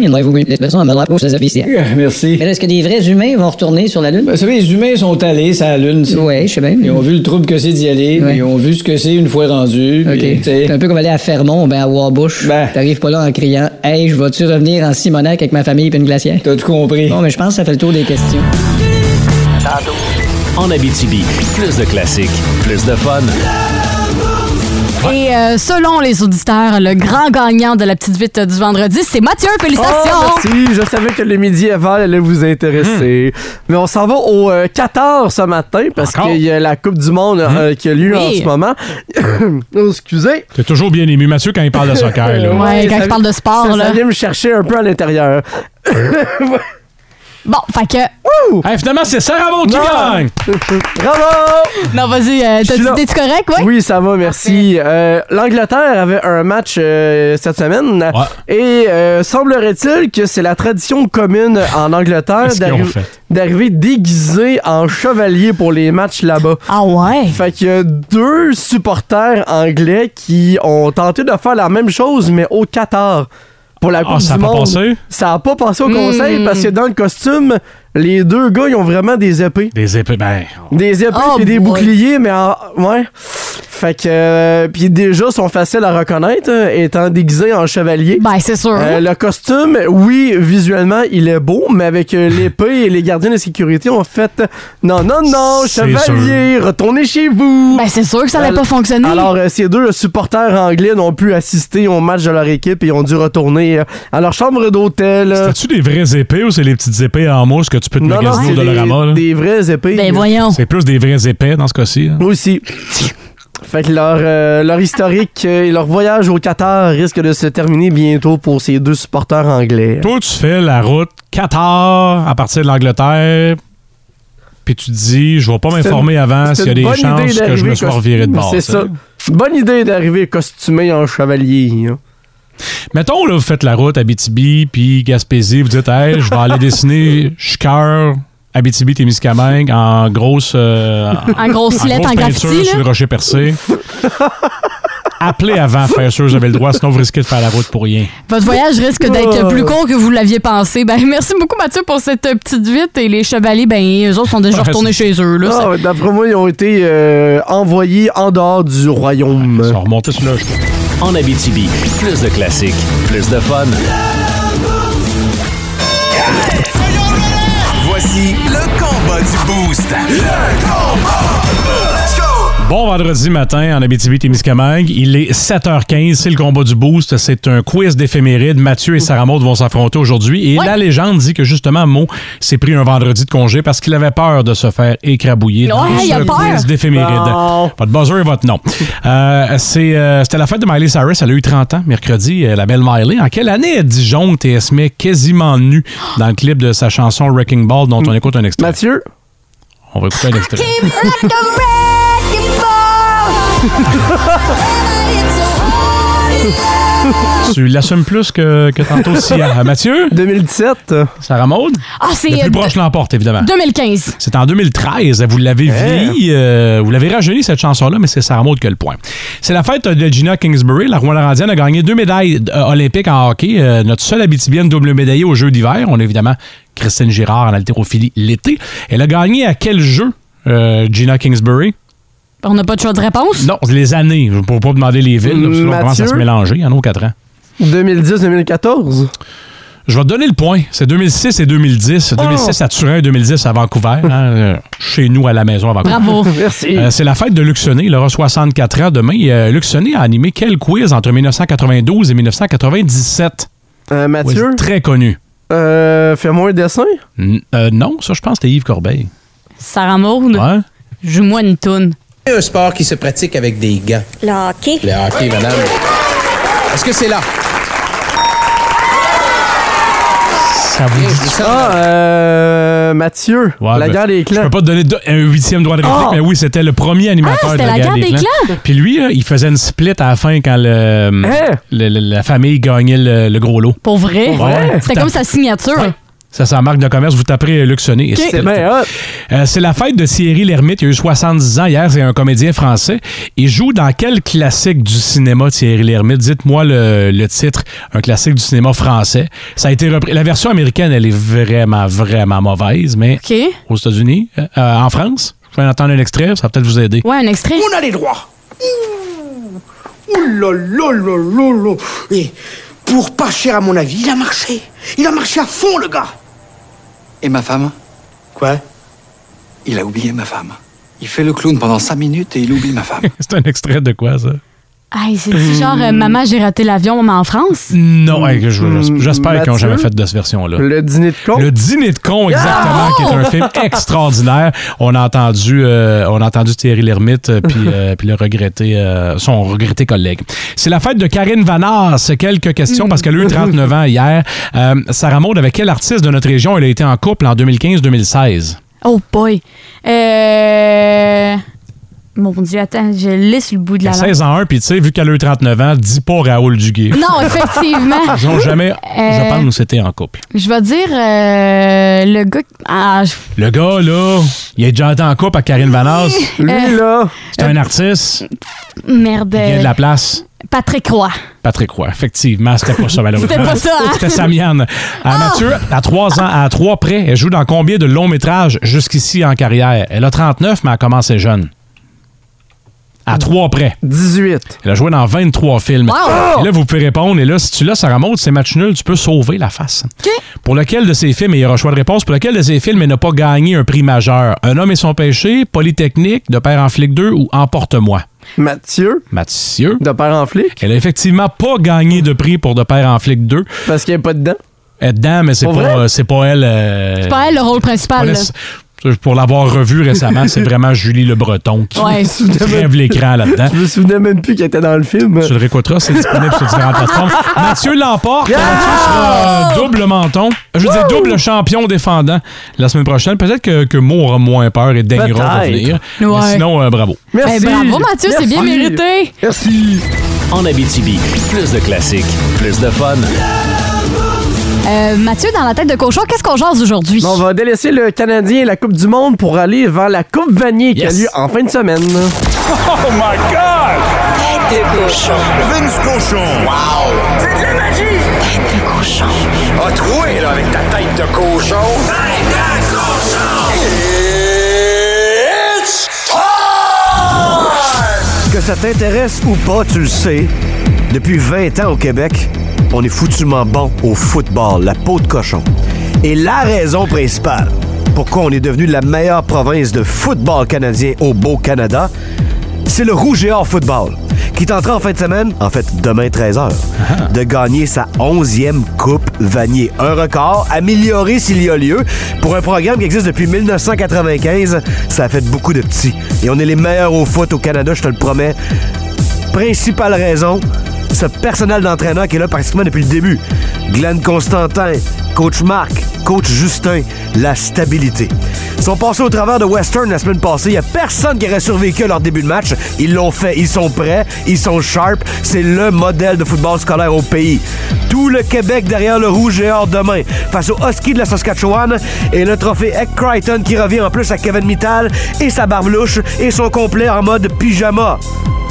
S12: Il devrait vous mettre l'expression à ma droite pour ses officiels.
S7: Euh, Merci.
S12: Mais là, est-ce que des vrais humains vont retourner sur la Lune?
S7: Ben, vous savez, les humains sont allés sur la Lune. tu sais.
S12: Ouais, je sais bien.
S7: Ils ont vu le trouble que c'est d'y aller,
S12: Ouais.
S7: puis ils ont vu ce que c'est une fois rendu. puis,
S12: OK.
S7: tu sais.
S12: C'est un peu comme aller à Fermont, ben à Warbush.
S7: Ben.
S12: T'arrives pas là en criant Hey, je vais-tu revenir en Simonac avec ma famille et une glacière?
S7: T'as tout compris.
S12: Bon, mais je pense que ça fait le tour des questions.
S2: En Abitibi, plus de classiques, plus de fun.
S3: Et euh, selon les auditeurs, le grand gagnant de la petite vite du vendredi, c'est Mathieu. Félicitations!
S5: Oh, merci. Je savais que le midi avant allait vous
S3: Hmm.
S5: intéresser. Mais on s'en va au euh, 14 ce matin parce
S4: Encore?
S5: qu'il y a la Coupe du Monde euh, qui a lieu en
S3: Hmm. Oui.
S5: ce moment. Oh, Excusez.
S4: T'es toujours bien ému, Mathieu, quand il parle de soccer. Là.
S3: Ouais, quand
S5: ça-
S3: il parle de sport,
S5: ça,
S3: là.
S5: Ça vient me chercher un peu à l'intérieur.
S3: Bon, fait que.
S4: Hey, finalement, c'est Sarah Maud qui
S5: Non.
S4: gagne!
S5: Bravo!
S3: Non, vas-y, euh,
S5: ben, Je suis là.
S3: t'as- t'es-tu correct, ouais?
S5: Oui, ça va, merci. Euh, L'Angleterre avait un match euh, cette semaine
S4: Ouais.
S5: et euh, semblerait-il que c'est la tradition commune en Angleterre
S4: Qu'est-ce qu'ils
S5: d'arri-
S4: ont fait?
S5: d'arriver déguisé en chevalier pour les matchs là-bas.
S3: Ah ouais?
S5: Fait qu'il y a deux supporters anglais qui ont tenté de faire la même chose, mais au Qatar. Pour la Coupe
S4: Ah, ça a
S5: du
S4: pas
S5: Monde.
S4: passé?
S5: Ça a pas passé au
S3: Hmm.
S5: conseil parce que dans le costume, les deux gars, ils ont vraiment des épées.
S4: Des épées, ben.
S5: Des épées
S3: Oh
S5: et des
S3: boy.
S5: boucliers, mais en- ouais. Fait que. euh, Puis déjà, sont faciles à reconnaître, hein, étant déguisés en chevalier.
S3: Ben, c'est sûr.
S5: Euh, le costume, oui, visuellement, il est beau, mais avec euh, l'épée et les gardiens de sécurité, on fait euh, non, non, non,
S4: C'est
S5: chevalier, retournez chez vous.
S3: ben, c'est sûr que ça n'allait
S5: alors-
S3: pas fonctionner.
S5: Alors, euh, ces deux supporters anglais n'ont pu assister au match de leur équipe et ont dû retourner euh, à leur chambre d'hôtel.
S4: T'as-tu des vraies épées ou c'est les petites épées en mousse que tu peux te
S5: Non, non,
S4: magasiner
S5: c'est
S4: au Dollarama?
S5: des,
S4: là?
S5: des vraies épées.
S3: ben, voyons.
S4: C'est plus des vraies épées dans ce cas-ci. hein.
S5: Moi aussi. Fait que leur, euh, leur historique euh, et leur voyage au Qatar risque de se terminer bientôt pour ces deux supporters anglais.
S4: Toi, tu fais la route Qatar à partir de l'Angleterre, puis tu te dis, je vais pas m'informer avant
S5: C'est
S4: s'il y a
S5: une
S4: des
S5: bonne idée
S4: chances que je
S5: d'arriver
S4: me sois
S5: cos-
S4: reviré de bord.
S5: C'est
S4: tu sais.
S5: ça. Bonne idée d'arriver costumé en chevalier. hein.
S4: Mettons, là, vous faites la route Abitibi, puis Gaspésie, vous dites, hey, je vais aller dessiner Chucœur, Abitibi, Témiscamingue, en grosse. euh,
S3: En grosse lettre, en
S4: grosse
S3: graffiti,
S4: peinture sur le
S3: là.
S4: rocher percé. Appelez avant, faire sûr, vous avez le droit, sinon vous risquez de faire la route pour rien.
S3: Votre voyage risque d'être
S5: Oh.
S3: plus court que vous l'aviez pensé. Ben, merci beaucoup, Mathieu, pour cette euh, petite vite. Et les chevaliers, ben, eux autres sont déjà
S4: Ouais,
S3: retournés chez eux, là. Ça-
S5: Ah, D'après moi, ils ont été euh, envoyés en dehors du royaume.
S4: Ça va remonter sur le.
S2: En Abitibi, plus de classiques, plus de fun.
S10: Voici le combat du Boost. Le combat! Let's go!
S4: Bon vendredi matin en Abitibi-Témiscamingue. Il est 7h15, c'est le combat du boost. C'est un quiz d'éphéméride. Mathieu et Sarah Maud vont s'affronter aujourd'hui. Et la légende dit que justement, Mo s'est pris un vendredi de congé parce qu'il avait peur de se faire écrabouiller dans
S3: Ouais, il a
S4: ce
S3: peur.
S4: quiz d'éphéméride.
S5: Bon.
S4: Votre buzzer et votre nom. Euh, c'est, euh, C'était la fête de Miley Cyrus. Elle a eu 30 ans, mercredi, euh, la belle Miley. En quelle année Dijon se met quasiment nu dans le clip de sa chanson Wrecking Ball dont on écoute un extrait?
S5: Mathieu,
S4: On va écouter un extrait. Tu l'assumes plus que, que tantôt Sia. Mathieu?
S5: 2017.
S4: Sarah Maud?
S3: Ah, c'est.
S4: Le
S3: euh,
S4: plus proche l'emporte, évidemment.
S3: 2015.
S4: C'est en 2013. Vous l'avez
S5: Hein?
S4: vieilli, euh, vous l'avez rajeuni, cette chanson-là, mais c'est Sarah Maud qui a le point. C'est la fête de Gina Kingsbury. La Rwandarienne a gagné deux médailles euh, olympiques en hockey. Euh, notre seule habitibienne double médaillée aux Jeux d'hiver. On a évidemment Christine Girard en haltérophilie l'été. Elle a gagné à quel jeu, euh, Gina Kingsbury?
S3: On n'a pas de choix de réponse?
S4: Non, les années. Je ne pourrais pas demander les villes, là, parce que là, on commence à
S5: Mathieu?
S4: se mélanger. Il y en a aux quatre ans.
S5: 2010-2014.
S4: Je vais te donner le point. C'est 2006 et 2010. 2006 à Turin, 2010 à Vancouver. hein, euh, chez nous, à la maison à Vancouver.
S3: Bravo.
S5: Merci.
S4: Euh, c'est la fête de Luxonné. Il aura 64 ans demain. Et, euh, Luxonné a animé quel quiz entre 1992 et 1997?
S5: Euh, Mathieu,
S4: Quiz Très connu.
S5: euh, fais-moi un dessin.
S4: N- euh, non, ça, je pense que c'était Yves Corbeil.
S3: Sarah Maud,
S4: Ouais.
S3: joue-moi une toune.
S10: Un sport qui se pratique avec des gants.
S11: Le hockey.
S10: Le hockey, madame. Est-ce que c'est là?
S4: Ça vous dit
S5: Ah, euh, Mathieu,
S4: Ouais,
S5: la
S4: ben,
S5: guerre des clans.
S4: Je peux pas te donner de- un huitième droit de réplique,
S5: Ah!
S4: mais oui, c'était le premier animateur
S5: Ah,
S4: de
S5: c'était
S4: la,
S5: la guerre
S4: guerre des
S5: des
S4: clans.
S5: clans.
S4: Puis lui, là, il faisait une split à la fin quand le, le- le- la famille gagnait le, le gros lot.
S3: Pour vrai.
S4: Pour vrai?
S3: C'était comme sa signature.
S4: Ça, c'est la marque de commerce. Vous taperez Luc Sonnet.
S3: Ok. C'est
S5: bien
S4: Euh, C'est la fête de Thierry Lhermitte. Il a eu 70 ans hier. C'est un comédien français. Il joue dans quel classique du cinéma, Thierry Lhermitte? Dites-moi le, le titre. Un classique du cinéma français. Ça a été repris. La version américaine, elle est vraiment, vraiment mauvaise, mais
S3: Ok.
S4: aux États-Unis, euh, euh, en France. Je vais en entendre un extrait. Ça va peut-être vous aider.
S3: Ouais, un extrait.
S13: On a les droits. Ouh là là là là là. Et pour pas cher, à mon avis, il a marché. Il a marché à fond, le gars.
S14: Et ma femme Quoi Il a oublié ma femme. Il fait le clown pendant cinq minutes et il oublie ma femme.
S4: C'est un extrait de quoi, ça?
S3: Ah, c'est genre euh, Maman, j'ai raté l'avion, mais en France?
S4: Non, hey, que je- j'espère qu'ils n'ont
S3: Hmm, Mathieu?
S4: jamais fait de cette version-là.
S5: Le dîner de con?
S4: Le dîner de con, exactement,
S3: Ah!
S4: qui est un film extraordinaire. On a entendu, euh, on a entendu Thierry Lhermitte euh, puis euh, puis le regretté, euh, son regretté collègue. C'est la fête de Karine Vanasse. Quelques questions, parce qu'elle a eu 39 ans hier. Euh, Sarah Maud, avec quel artiste de notre région elle a été en couple en 2015-2016?
S3: Oh boy. Euh... Mon Dieu, attends, je l'ai sur le bout de la
S4: 16 ans 1, puis tu sais, vu qu'elle a eu 39 ans, dis pas Raoul Duguay.
S3: Non, effectivement.
S4: Ils n'ont jamais,
S3: Euh,
S4: je pense, nous c'était en couple.
S3: Je vais dire euh, le gars. qui- Ah, je-
S4: Le gars, là, il est déjà été en couple à Karine Vanasse.
S3: Lui, Euh,
S5: là.
S4: C'est un artiste.
S3: merde.
S4: Il a de la place.
S3: Patrick Roy.
S4: Patrick Roy, effectivement, c'était pas ça, malheureusement.
S3: C'était pas ça, hein? Ah!
S4: C'était Samiane. À Mathieu, à trois ans, à trois près, elle joue dans combien de longs métrages jusqu'ici en carrière? Elle a 39, mais elle a commencé jeune. À trois près.
S5: 18.
S4: Elle a joué dans 23 films.
S5: Wow!
S4: Et là, vous pouvez répondre. Et là, si tu l'as, Sarah Maud, c'est match nul, tu peux sauver la face. Pour lequel de ces films, et il y aura choix de réponse, pour lequel de ces films elle n'a pas gagné un prix majeur? Un homme et son péché, Polytechnique, De père en flic 2 ou Emporte-moi?
S5: Mathieu.
S4: Mathieu.
S5: De père en flic.
S4: Elle a effectivement pas gagné de prix pour De père en flic 2.
S5: Parce qu'elle n'est pas dedans.
S4: Elle est dedans, mais c'est
S5: Pour
S4: pas,
S5: vrai?
S4: euh, c'est pas elle. euh,
S3: C'est pas elle le rôle
S4: pas
S3: principal.
S4: elle,
S3: là.
S4: c'est- Pour l'avoir revu récemment, c'est vraiment Julie Le Breton qui
S3: Ouais.
S4: crève l'écran là-dedans.
S5: Je me souvenais même plus qu'elle était dans le film.
S4: Tu le réécouteras, c'est disponible sur différentes plateformes. Mathieu l'emporte. Mathieu sera euh, double menton. Je veux dire double champion défendant la semaine prochaine. Peut-être que, que Mo aura moins peur et daignera
S2: Peut-être.
S4: revenir.
S2: Ouais.
S4: Mais sinon, euh, bravo.
S2: Merci.
S3: Eh, bravo, Mathieu, c'est bien
S2: Merci.
S3: mérité.
S5: Merci.
S2: En Abitibi, plus de classiques, plus de fun.
S3: Euh, Mathieu, dans la tête de cochon, qu'est-ce qu'on jase aujourd'hui?
S5: Bon, on va délaisser le Canadien et la Coupe du Monde pour aller vers la Coupe Vanier qui a
S10: Yes.
S5: lieu en fin de semaine.
S10: Oh my God! Tête de cochon. Vince cochon. Wow! C'est de la magie! Tête de cochon. Ah, troué, là, avec ta tête de cochon. Tête de cochon! It's
S15: Que ça t'intéresse ou pas, tu le sais. Depuis 20 ans au Québec, on est foutument bon au football, la peau de cochon. Et la raison principale pourquoi on est devenu la meilleure province de football canadien au beau Canada, c'est le Rouge et Or Football, qui tentera en fin de semaine, en fait demain 13h, de gagner sa 11e Coupe Vanier. Un record amélioré s'il y a lieu pour un programme qui existe depuis 1995. Ça a fait beaucoup de petits. Et on est les meilleurs au foot au Canada, je te le promets. Principale raison, ce personnel d'entraîneur qui est là pratiquement depuis le début. Glenn Constantin, coach Marc, coach Justin, la stabilité. Ils sont passés au travers de Western la semaine passée. Il n'y a personne qui aurait survécu à leur début de match. Ils l'ont fait. Ils sont prêts. Ils sont sharp. C'est le modèle de football scolaire au pays. Tout le Québec derrière le rouge et or demain face au Husky de la Saskatchewan et le trophée Eck Crichton qui revient en plus à Kevin Mittal et sa barbe louche et son complet en mode pyjama.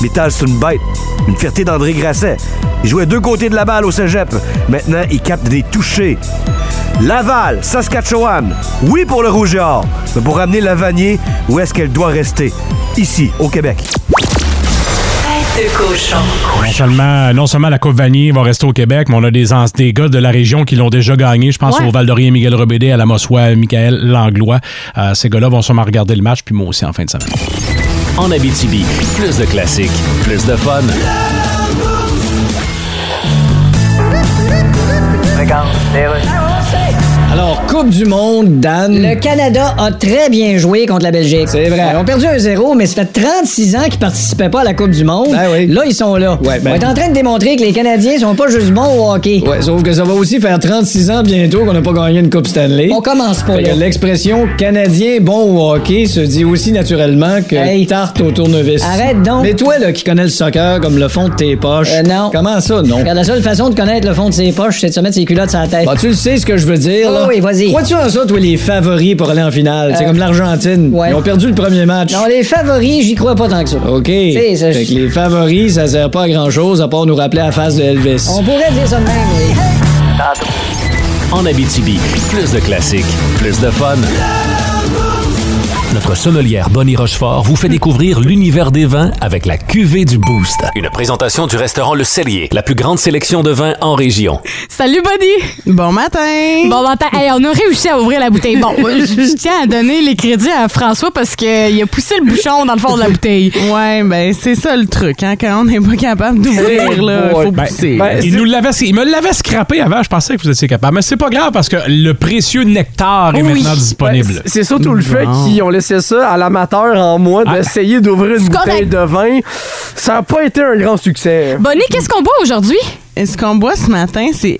S15: Mittal, c'est une bête. Une fierté d'André Grasset. Il jouait deux côtés de la balle au cégep. Maintenant, il capte des touchés. Laval, Saskatchewan. Oui pour le rouge et or, mais pour ramener la Vanier, où est-ce qu'elle doit rester? Ici, au Québec.
S11: Tête de cochon.
S4: Non seulement, non seulement la Coupe Vanier va rester au Québec, mais on a des, ans- des gars de la région qui l'ont déjà gagné. Je pense
S3: Ouais.
S4: au Val d'Orient, Miguel Robédé, à la Mossoie, Michael Langlois. Euh, ces gars-là vont sûrement regarder le match, puis moi aussi en fin de semaine.
S2: En Abitibi, plus de classiques, plus de fun.
S6: Regarde, c'est vrai.
S2: Alors,
S7: Coupe du monde, Dan. Le Canada a très bien joué contre la Belgique. C'est vrai. Ils ont perdu un 0 mais ça fait 36 ans qu'ils participaient pas à la Coupe du monde. Là, ils sont là.
S12: ben-
S7: On est en train de démontrer que les Canadiens sont pas juste bons au hockey.
S12: Ouais, sauf que ça va aussi faire 36 ans bientôt qu'on n'a pas gagné une Coupe Stanley.
S7: On commence pas
S12: Fait que
S7: là.
S12: l'expression Canadien bon au hockey se dit aussi naturellement que tarte au tournevis.
S7: Arrête donc.
S12: Mais toi, là, qui connais le soccer comme le fond de tes poches.
S7: Euh, non.
S12: Comment ça, non?
S7: Car la seule façon de connaître le fond de ses poches, c'est de se mettre ses culottes sur la tête.
S12: Bah, tu le sais ce que je veux dire, là.
S7: Oh oui, vas-y.
S12: Crois-tu en ça, toi, les favoris pour aller en finale? C'est
S7: Euh,
S12: comme l'Argentine.
S7: ouais.
S12: Ils ont perdu le premier match.
S7: Non, les favoris, j'y crois pas tant que ça.
S12: OK.
S7: sais, ça,
S12: Fait
S7: je-
S12: que les favoris, ça sert pas à grand-chose à part nous rappeler la face de Elvis.
S2: Oh,
S7: On pourrait dire ça de même, mais...
S2: En Abitibi, plus de classiques, plus de fun. Notre sommelière Bonnie Rochefort vous
S5: Hmm.
S2: fait découvrir l'univers des vins avec la cuvée du Boost. Une présentation du restaurant Le Cellier, la plus grande sélection de vins en région.
S3: Salut, Bonnie! Bon matin! Bon matin! Hey, on a réussi à ouvrir la bouteille. Bon, je je tiens à donner les crédits à François parce qu'il a poussé le bouchon dans le fond de la bouteille.
S16: Ouais, ben c'est ça le truc. Hein, quand on n'est pas capable d'ouvrir, là, il faut
S4: Ben,
S16: pousser.
S4: ben, il, nous l'avait, il me l'avait scrappé avant, je pensais que vous étiez capable. Mais c'est pas grave parce que le précieux nectar est
S5: Oui.
S4: maintenant disponible.
S5: Ben, c'est surtout le fait
S4: Bon.
S5: qu'ils ont laissé ça à l'amateur en moi
S4: Ah.
S5: d'essayer d'ouvrir une bouteille de vin. Ça n'a pas été un grand succès.
S16: Bonnie, qu'est-ce qu'on boit aujourd'hui? Ce qu'on boit ce matin, c'est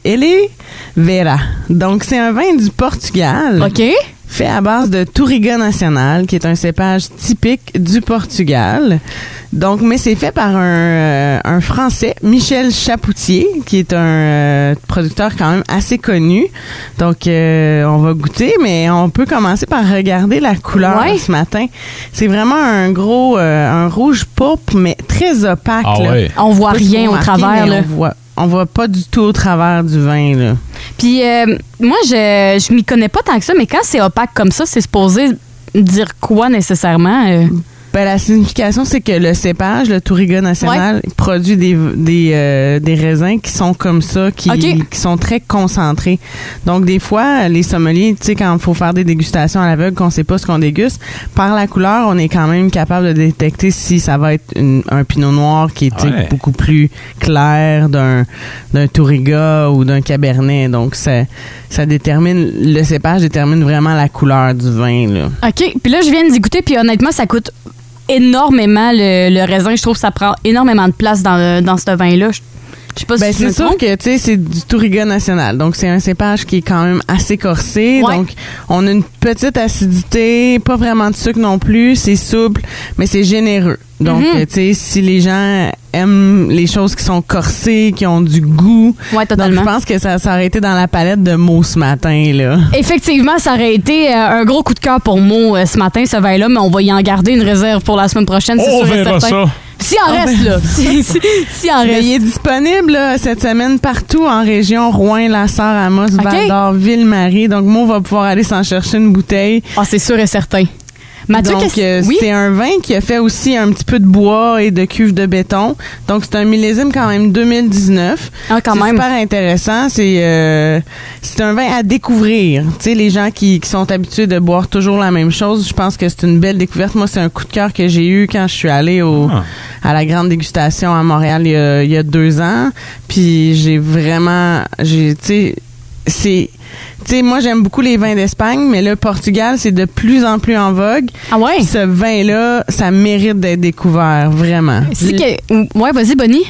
S16: Vera. Donc, c'est un vin du Portugal. OK. Fait à base de Touriga Nacional, qui est un cépage typique du Portugal. Donc, mais c'est fait par un, euh, un Français, Michel Chapoutier, qui est un euh, producteur quand même assez connu. Donc, euh, on va goûter, mais on peut commencer par regarder la couleur
S3: Ouais.
S16: ce matin. C'est vraiment un gros, euh, un rouge pourpre, mais très opaque.
S3: Ah
S16: là.
S3: ouais. On voit
S16: Je sais pas si
S3: rien
S16: vous
S3: au
S16: remarquez,
S3: travers,
S16: mais
S3: là.
S16: On voit, on voit pas du tout au travers du vin. Là.
S3: Puis euh, moi, je, je m'y connais pas tant que ça, mais quand c'est opaque comme ça, c'est supposé dire quoi nécessairement? euh?
S16: Ben, la signification, c'est que le cépage, le Touriga national, produit des, des, euh, des raisins qui sont comme ça, qui, qui sont très concentrés. Donc, des fois, les sommeliers, tu sais, quand il faut faire des dégustations à l'aveugle, qu'on sait pas ce qu'on déguste, par la couleur, on est quand même capable de détecter si ça va être une- un pinot noir qui est tu sais,
S4: Ouais.
S16: beaucoup plus clair d'un d'un Touriga ou d'un Cabernet. Donc, ça, ça détermine, le cépage détermine vraiment la couleur du vin, là.
S3: OK. Puis là, je viens d'y goûter, puis honnêtement, ça coûte énormément le, le raisin. Je trouve que ça prend énormément de place dans, le- dans ce vin-là. Je je sais pas
S16: Ben,
S3: si je me
S16: c'est sûr
S3: trompe.
S16: que tu sais c'est du Touriga national. Donc c'est un cépage qui est quand même assez corsé. Donc on a une petite acidité, pas vraiment de sucre non plus, c'est souple, mais c'est généreux. Donc
S3: Mhm.
S16: euh, tu sais si les gens aiment les choses qui sont corsées, qui ont du goût. Donc je pense que ça ça aurait été dans la palette de mots ce matin là.
S3: Effectivement, ça aurait été euh, un gros coup de cœur pour moi euh, ce matin, ce vin-là, mais on va y en garder une réserve pour la semaine prochaine. c'est
S16: Oh, On
S3: sûr et
S16: verra
S3: certain.
S16: ça.
S3: S'il en
S16: On
S3: reste,
S16: verra ça.
S3: là. Ah, ben, Si, si- s'il en
S16: Mais
S3: reste.
S16: il est disponible là, cette semaine partout en région Rouen, La Sarre, Amos, Val-d'Or, Ville-Marie. Donc, moi, on va pouvoir aller s'en chercher une bouteille.
S3: Ah, c'est sûr et certain. Mathieu,
S16: Donc,
S3: qu'est-ce-
S16: euh,
S3: oui?
S16: c'est un vin qui a fait aussi un petit peu de bois et de cuve de béton. Donc, c'est un millésime quand même 2019.
S3: Ah, quand
S16: c'est
S3: même.
S16: super intéressant. C'est euh, c'est un vin à découvrir. Tu sais, les gens qui, qui sont habitués de boire toujours la même chose, je pense que c'est une belle découverte. Moi, c'est un coup de cœur que j'ai eu quand je suis allée au, à la grande dégustation à Montréal il y a, il y a deux ans. Puis j'ai vraiment, j'ai, tu sais, c'est tu sais moi j'aime beaucoup les vins d'Espagne mais le Portugal c'est de plus en plus en vogue
S3: ah ouais
S16: ce vin là ça mérite d'être découvert vraiment
S3: Si que- Euh, ouais, vas-y, Bonnie. Euh,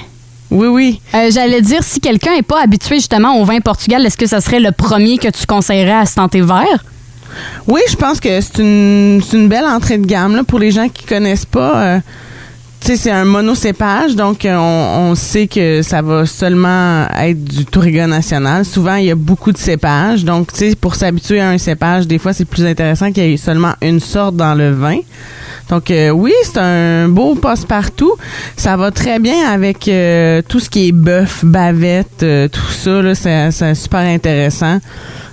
S16: Oui, oui.
S3: J'allais dire, si quelqu'un n'est pas habitué justement au vin Portugal, est-ce que ça serait le premier que tu conseillerais à se tenter vert?
S16: Oui, je pense que c'est une, c'est une belle entrée de gamme là, pour les gens qui connaissent pas. euh, tu sais, c'est un monocépage, donc euh, on, on sait que ça va seulement être du Touriga national. Souvent, il y a beaucoup de cépages, donc tu sais, pour s'habituer à un cépage, des fois, c'est plus intéressant qu'il y ait seulement une sorte dans le vin. Donc euh, oui, c'est un beau passe-partout. Ça va très bien avec euh, tout ce qui est bœuf, bavette, euh, tout ça. là, C'est c'est super intéressant.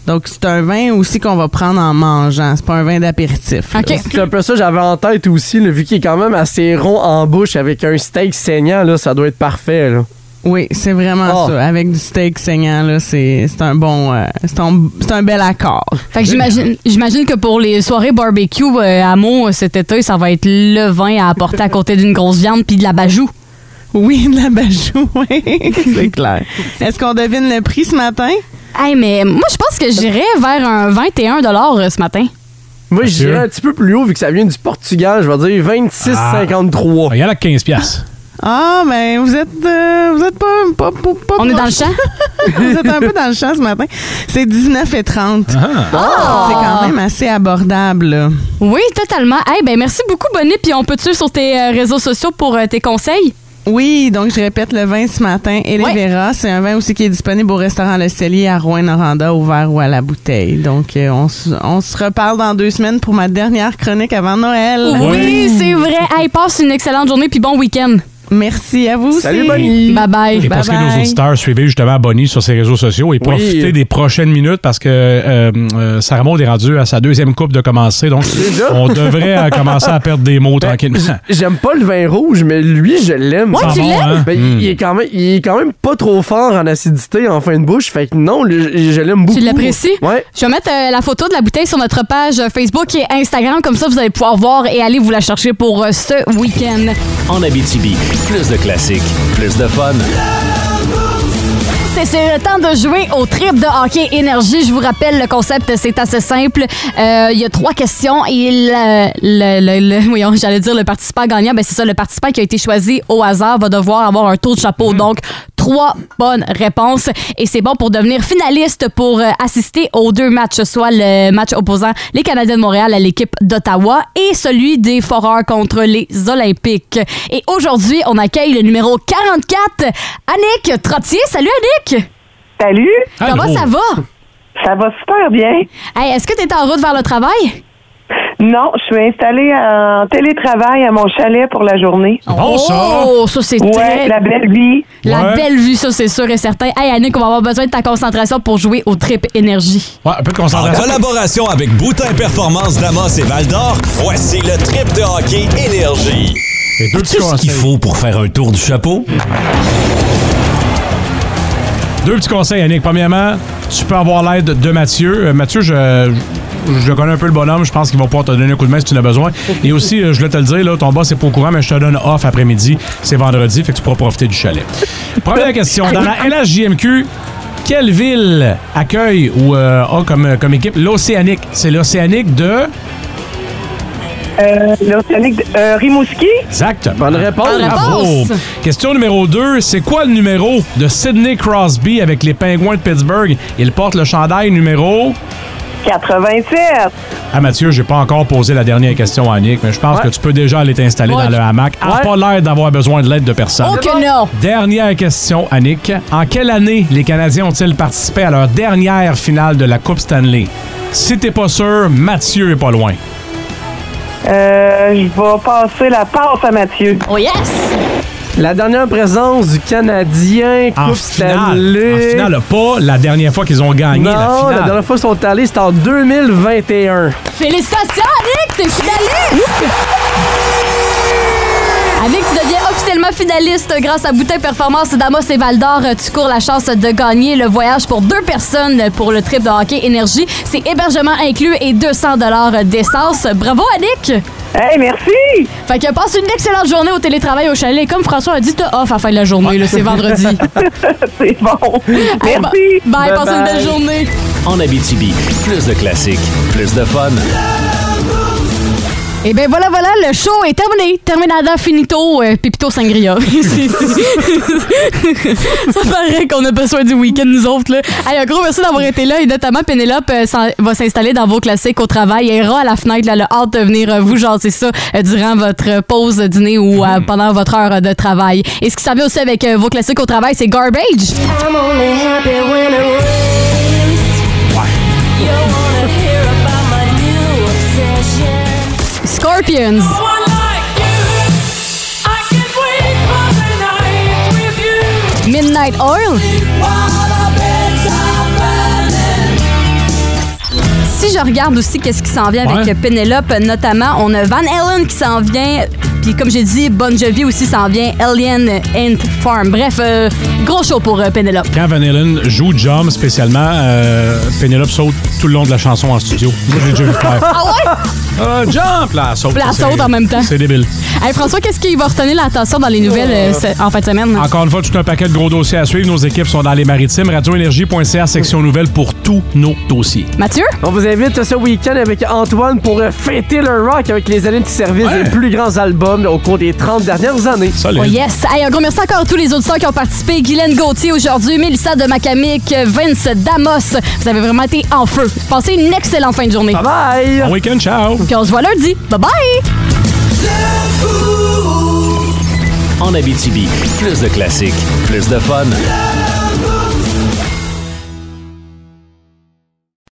S16: Donc, c'est un vin aussi qu'on va prendre en mangeant. C'est pas un vin d'apéritif. là.
S5: C'est un peu ça, j'avais en tête aussi, le vu qu'il est quand même assez rond en bouche avec un steak saignant, là, ça doit être parfait. Là.
S16: Oui, c'est vraiment
S5: Oh.
S16: ça. Avec du steak saignant, là, c'est c'est un bon... euh, c'est un, c'est un bel accord.
S3: Fait que j'imagine, j'imagine que pour les soirées barbecue euh, à Meaux euh, cet été, ça va être le vin à apporter à côté d'une grosse viande puis de la bajou.
S16: Oui, de la bajou, oui. c'est clair. Est-ce qu'on devine le prix ce matin?
S3: Hey, mais moi, je pense que j'irais vers un 21 euh, ce matin.
S5: Moi, j'irais un petit peu plus haut, vu que ça vient du Portugal. Je vais dire 26,53.
S4: Il y en a 15 piastres.
S16: Ah, ben, vous êtes, euh, vous êtes pas, pas, pas, pas
S3: On est
S16: proche.
S3: dans le champ?
S16: vous êtes un peu dans le champ ce matin. C'est 19 et 30.
S3: Ah!
S16: C'est quand même assez abordable. là.
S3: Oui, totalement. Hey, ben merci beaucoup, Bonnie. Puis on peut te suivre sur tes euh, réseaux sociaux pour euh, tes conseils?
S16: Oui, donc je répète, le vin ce matin, Elevera, c'est un vin aussi qui est disponible au restaurant Le Cellier à Rouen-Noranda, au verre ou à la bouteille. Donc, euh, on, se- on se reparle dans deux semaines pour ma dernière chronique avant Noël.
S3: Oui, c'est vrai. Hey, passe une excellente journée puis bon week-end.
S16: Merci à vous aussi.
S3: Bye bye.
S4: Et parce que nos auditeurs, suivez justement Bonnie sur ses réseaux sociaux et profitez des prochaines minutes parce que euh, euh, Sarah Maud est rendue à sa deuxième coupe de commencer. Donc,
S5: Déjà?
S4: on devrait euh, commencer à perdre des
S2: Ben,
S4: mots tranquillement.
S5: J- J'aime pas le vin rouge, mais lui, je l'aime.
S4: Ouais, tu Pas bon, l'aimes? hein?
S5: Ben, il, est quand même, il est quand même pas trop fort en acidité en fin de bouche. Fait que non, le- je, je l'aime beaucoup.
S3: Tu l'apprécies?
S5: Ouais.
S3: Je vais mettre euh, la photo de la bouteille sur notre page Facebook et Instagram. Comme ça, vous allez pouvoir voir et aller vous la chercher pour euh, ce week-end.
S2: En Abitibi, plus de classiques, plus de fun.
S3: C'est c'est le temps de jouer au trip de hockey énergie. Je vous rappelle, le concept, c'est assez simple. Euh, Il y a trois questions et le, le- le- le- voyons, j'allais dire le participant gagnant, ben c'est ça, le participant qui a été choisi au hasard va devoir avoir un tour de chapeau. Donc, trois bonnes réponses et c'est bon pour devenir finaliste pour euh, assister aux deux matchs, soit le match opposant les Canadiens de Montréal à l'équipe d'Ottawa et celui des Foreurs contre les Olympiques. Et aujourd'hui, on accueille le numéro 44, Annick Trottier. Salut Annick!
S17: Salut!
S3: Comment
S17: Allô.
S3: ça va?
S17: Ça va super bien.
S3: Hey, est-ce que tu es en route vers le travail?
S17: Non, je suis installée en télétravail à mon chalet pour la journée.
S3: Bon, ça! Oh, ça, c'est
S17: ouais,
S3: très-
S17: la belle vie.
S3: La
S4: Ouais.
S3: belle vue, ça, c'est sûr et certain. Hey Annick, on va avoir besoin de ta concentration pour jouer au trip énergie.
S4: Ouais, un peu de concentration.
S18: En collaboration avec Boutin Performance Damas et Val d'Or, voici le trip de hockey énergie.
S2: As-tu ce qu'il faut pour faire un tour du chapeau?
S4: Deux petits conseils, Yannick. Premièrement, tu peux avoir l'aide de Mathieu. Euh, Mathieu, je, je connais un peu le bonhomme. Je pense qu'il va pouvoir te donner un coup de main si tu en as besoin. Et aussi, euh, je voulais te le dire, là, ton boss n'est pas au courant, mais je te donne off après-midi. C'est vendredi, fait que tu pourras profiter du chalet. Première question. Dans la LHJMQ, quelle ville accueille ou euh, a comme, comme équipe l'Océanique? C'est l'Océanique de...
S17: Euh, L'Océanique de euh, Rimouski.
S4: Exact.
S5: Bonne réponse. Bonne réponse.
S4: Question numéro 2. C'est quoi le numéro de Sidney Crosby avec les Pingouins de Pittsburgh? Il porte le chandail numéro...
S17: 87.
S4: Ah Mathieu, j'ai pas encore posé la dernière question à Nick, mais je pense
S17: Ouais.
S4: que tu peux déjà aller t'installer
S17: Ouais.
S4: dans le hamac. Elle a pas l'air d'avoir besoin de l'aide de personne.
S3: Oh que non!
S4: Dernière question, Annick. En quelle année les Canadiens ont-ils participé à leur dernière finale de la Coupe Stanley? Si t'es pas sûr, Mathieu est pas loin.
S17: Euh, je vais passer la passe à Mathieu.
S3: Oh yes!
S5: La dernière présence du Canadien,
S4: En
S5: Coupe
S4: finale,
S5: Stanley.
S4: en finale, pas la dernière fois qu'ils ont gagné
S5: non,
S4: la finale.
S5: la dernière fois qu'ils sont allés, c'était en 2021.
S3: Félicitations, Annick! T'es finaliste! Annick, tu deviens officiellement finaliste grâce à Bouteille Performance Damas et Val d'Or. Tu cours la chance de gagner le voyage pour deux personnes pour le trip de hockey énergie. C'est hébergement inclus et 200 d'essence. Bravo, Annick!
S17: Hey, merci!
S3: Fait que passe une excellente journée au télétravail au chalet. Comme François a dit, t'as off à la fin de la journée. là, C'est vendredi.
S17: C'est bon.
S3: Hey, ba-
S17: Merci.
S3: Bye,
S2: Bye
S3: passe une
S2: bye.
S3: belle journée.
S2: En Abitibi, plus de classiques, plus de fun.
S3: Et bien Eh ben, voilà, voilà, le show est terminé. Terminada finito, euh, pépito sangria. C'est- c'est- Ça paraît qu'on a besoin du week-end, nous autres. Là. Hey, un gros merci d'avoir été là. Et notamment, Pénélope euh, s'en- va s'installer dans vos classiques au travail. Elle ira à la fenêtre. Là, elle a hâte de venir euh, vous jaser ça euh, durant votre euh, pause dîner ou euh, pendant votre heure euh, de travail. Et ce qui s'en vient aussi avec euh, vos classiques au travail, c'est Garbage. Scorpions. Midnight Oil. Si je regarde aussi qu'est-ce qui s'en vient avec
S19: Ouais.
S3: Penelope, notamment, on a Van Allen qui s'en vient, puis comme j'ai dit, Bon Jovi aussi s'en vient, Alien Ant Farm. Bref, euh, Gros show pour euh, Penelope.
S4: Quand Van Halen joue Jump spécialement, euh, Penelope saute tout le long de la chanson en studio. Moi, j'ai déjà vu faire.
S3: Ah ouais?
S4: Euh, jump! Là, elle saute.
S3: Puis elle
S4: C'est-
S3: saute en même temps.
S4: C'est débile.
S3: Hey, François, qu'est-ce qui va retenir l'attention dans les nouvelles euh, ce- en fin de semaine?
S4: Encore une fois, tout un paquet de gros dossiers à suivre. Nos équipes sont dans les maritimes. Radioénergie.ca, section nouvelles pour tous nos dossiers.
S3: Mathieu?
S5: On vous invite ce week-end avec Antoine pour euh, fêter le rock avec les années de service et les plus grands albums au cours des 30 dernières années.
S3: Oh yes! Hey, un gros merci encore à tous les auditeurs qui ont participé. Guylaine Gauthier aujourd'hui, Mélissa de Macamic, Vince Damos. Vous avez vraiment été en feu. Passez une excellente fin de journée. Bye
S5: bye!
S4: Bon week-end, ciao!
S3: Puis on se voit lundi. Bye bye!
S2: En Abitibi, plus de classiques, plus de fun.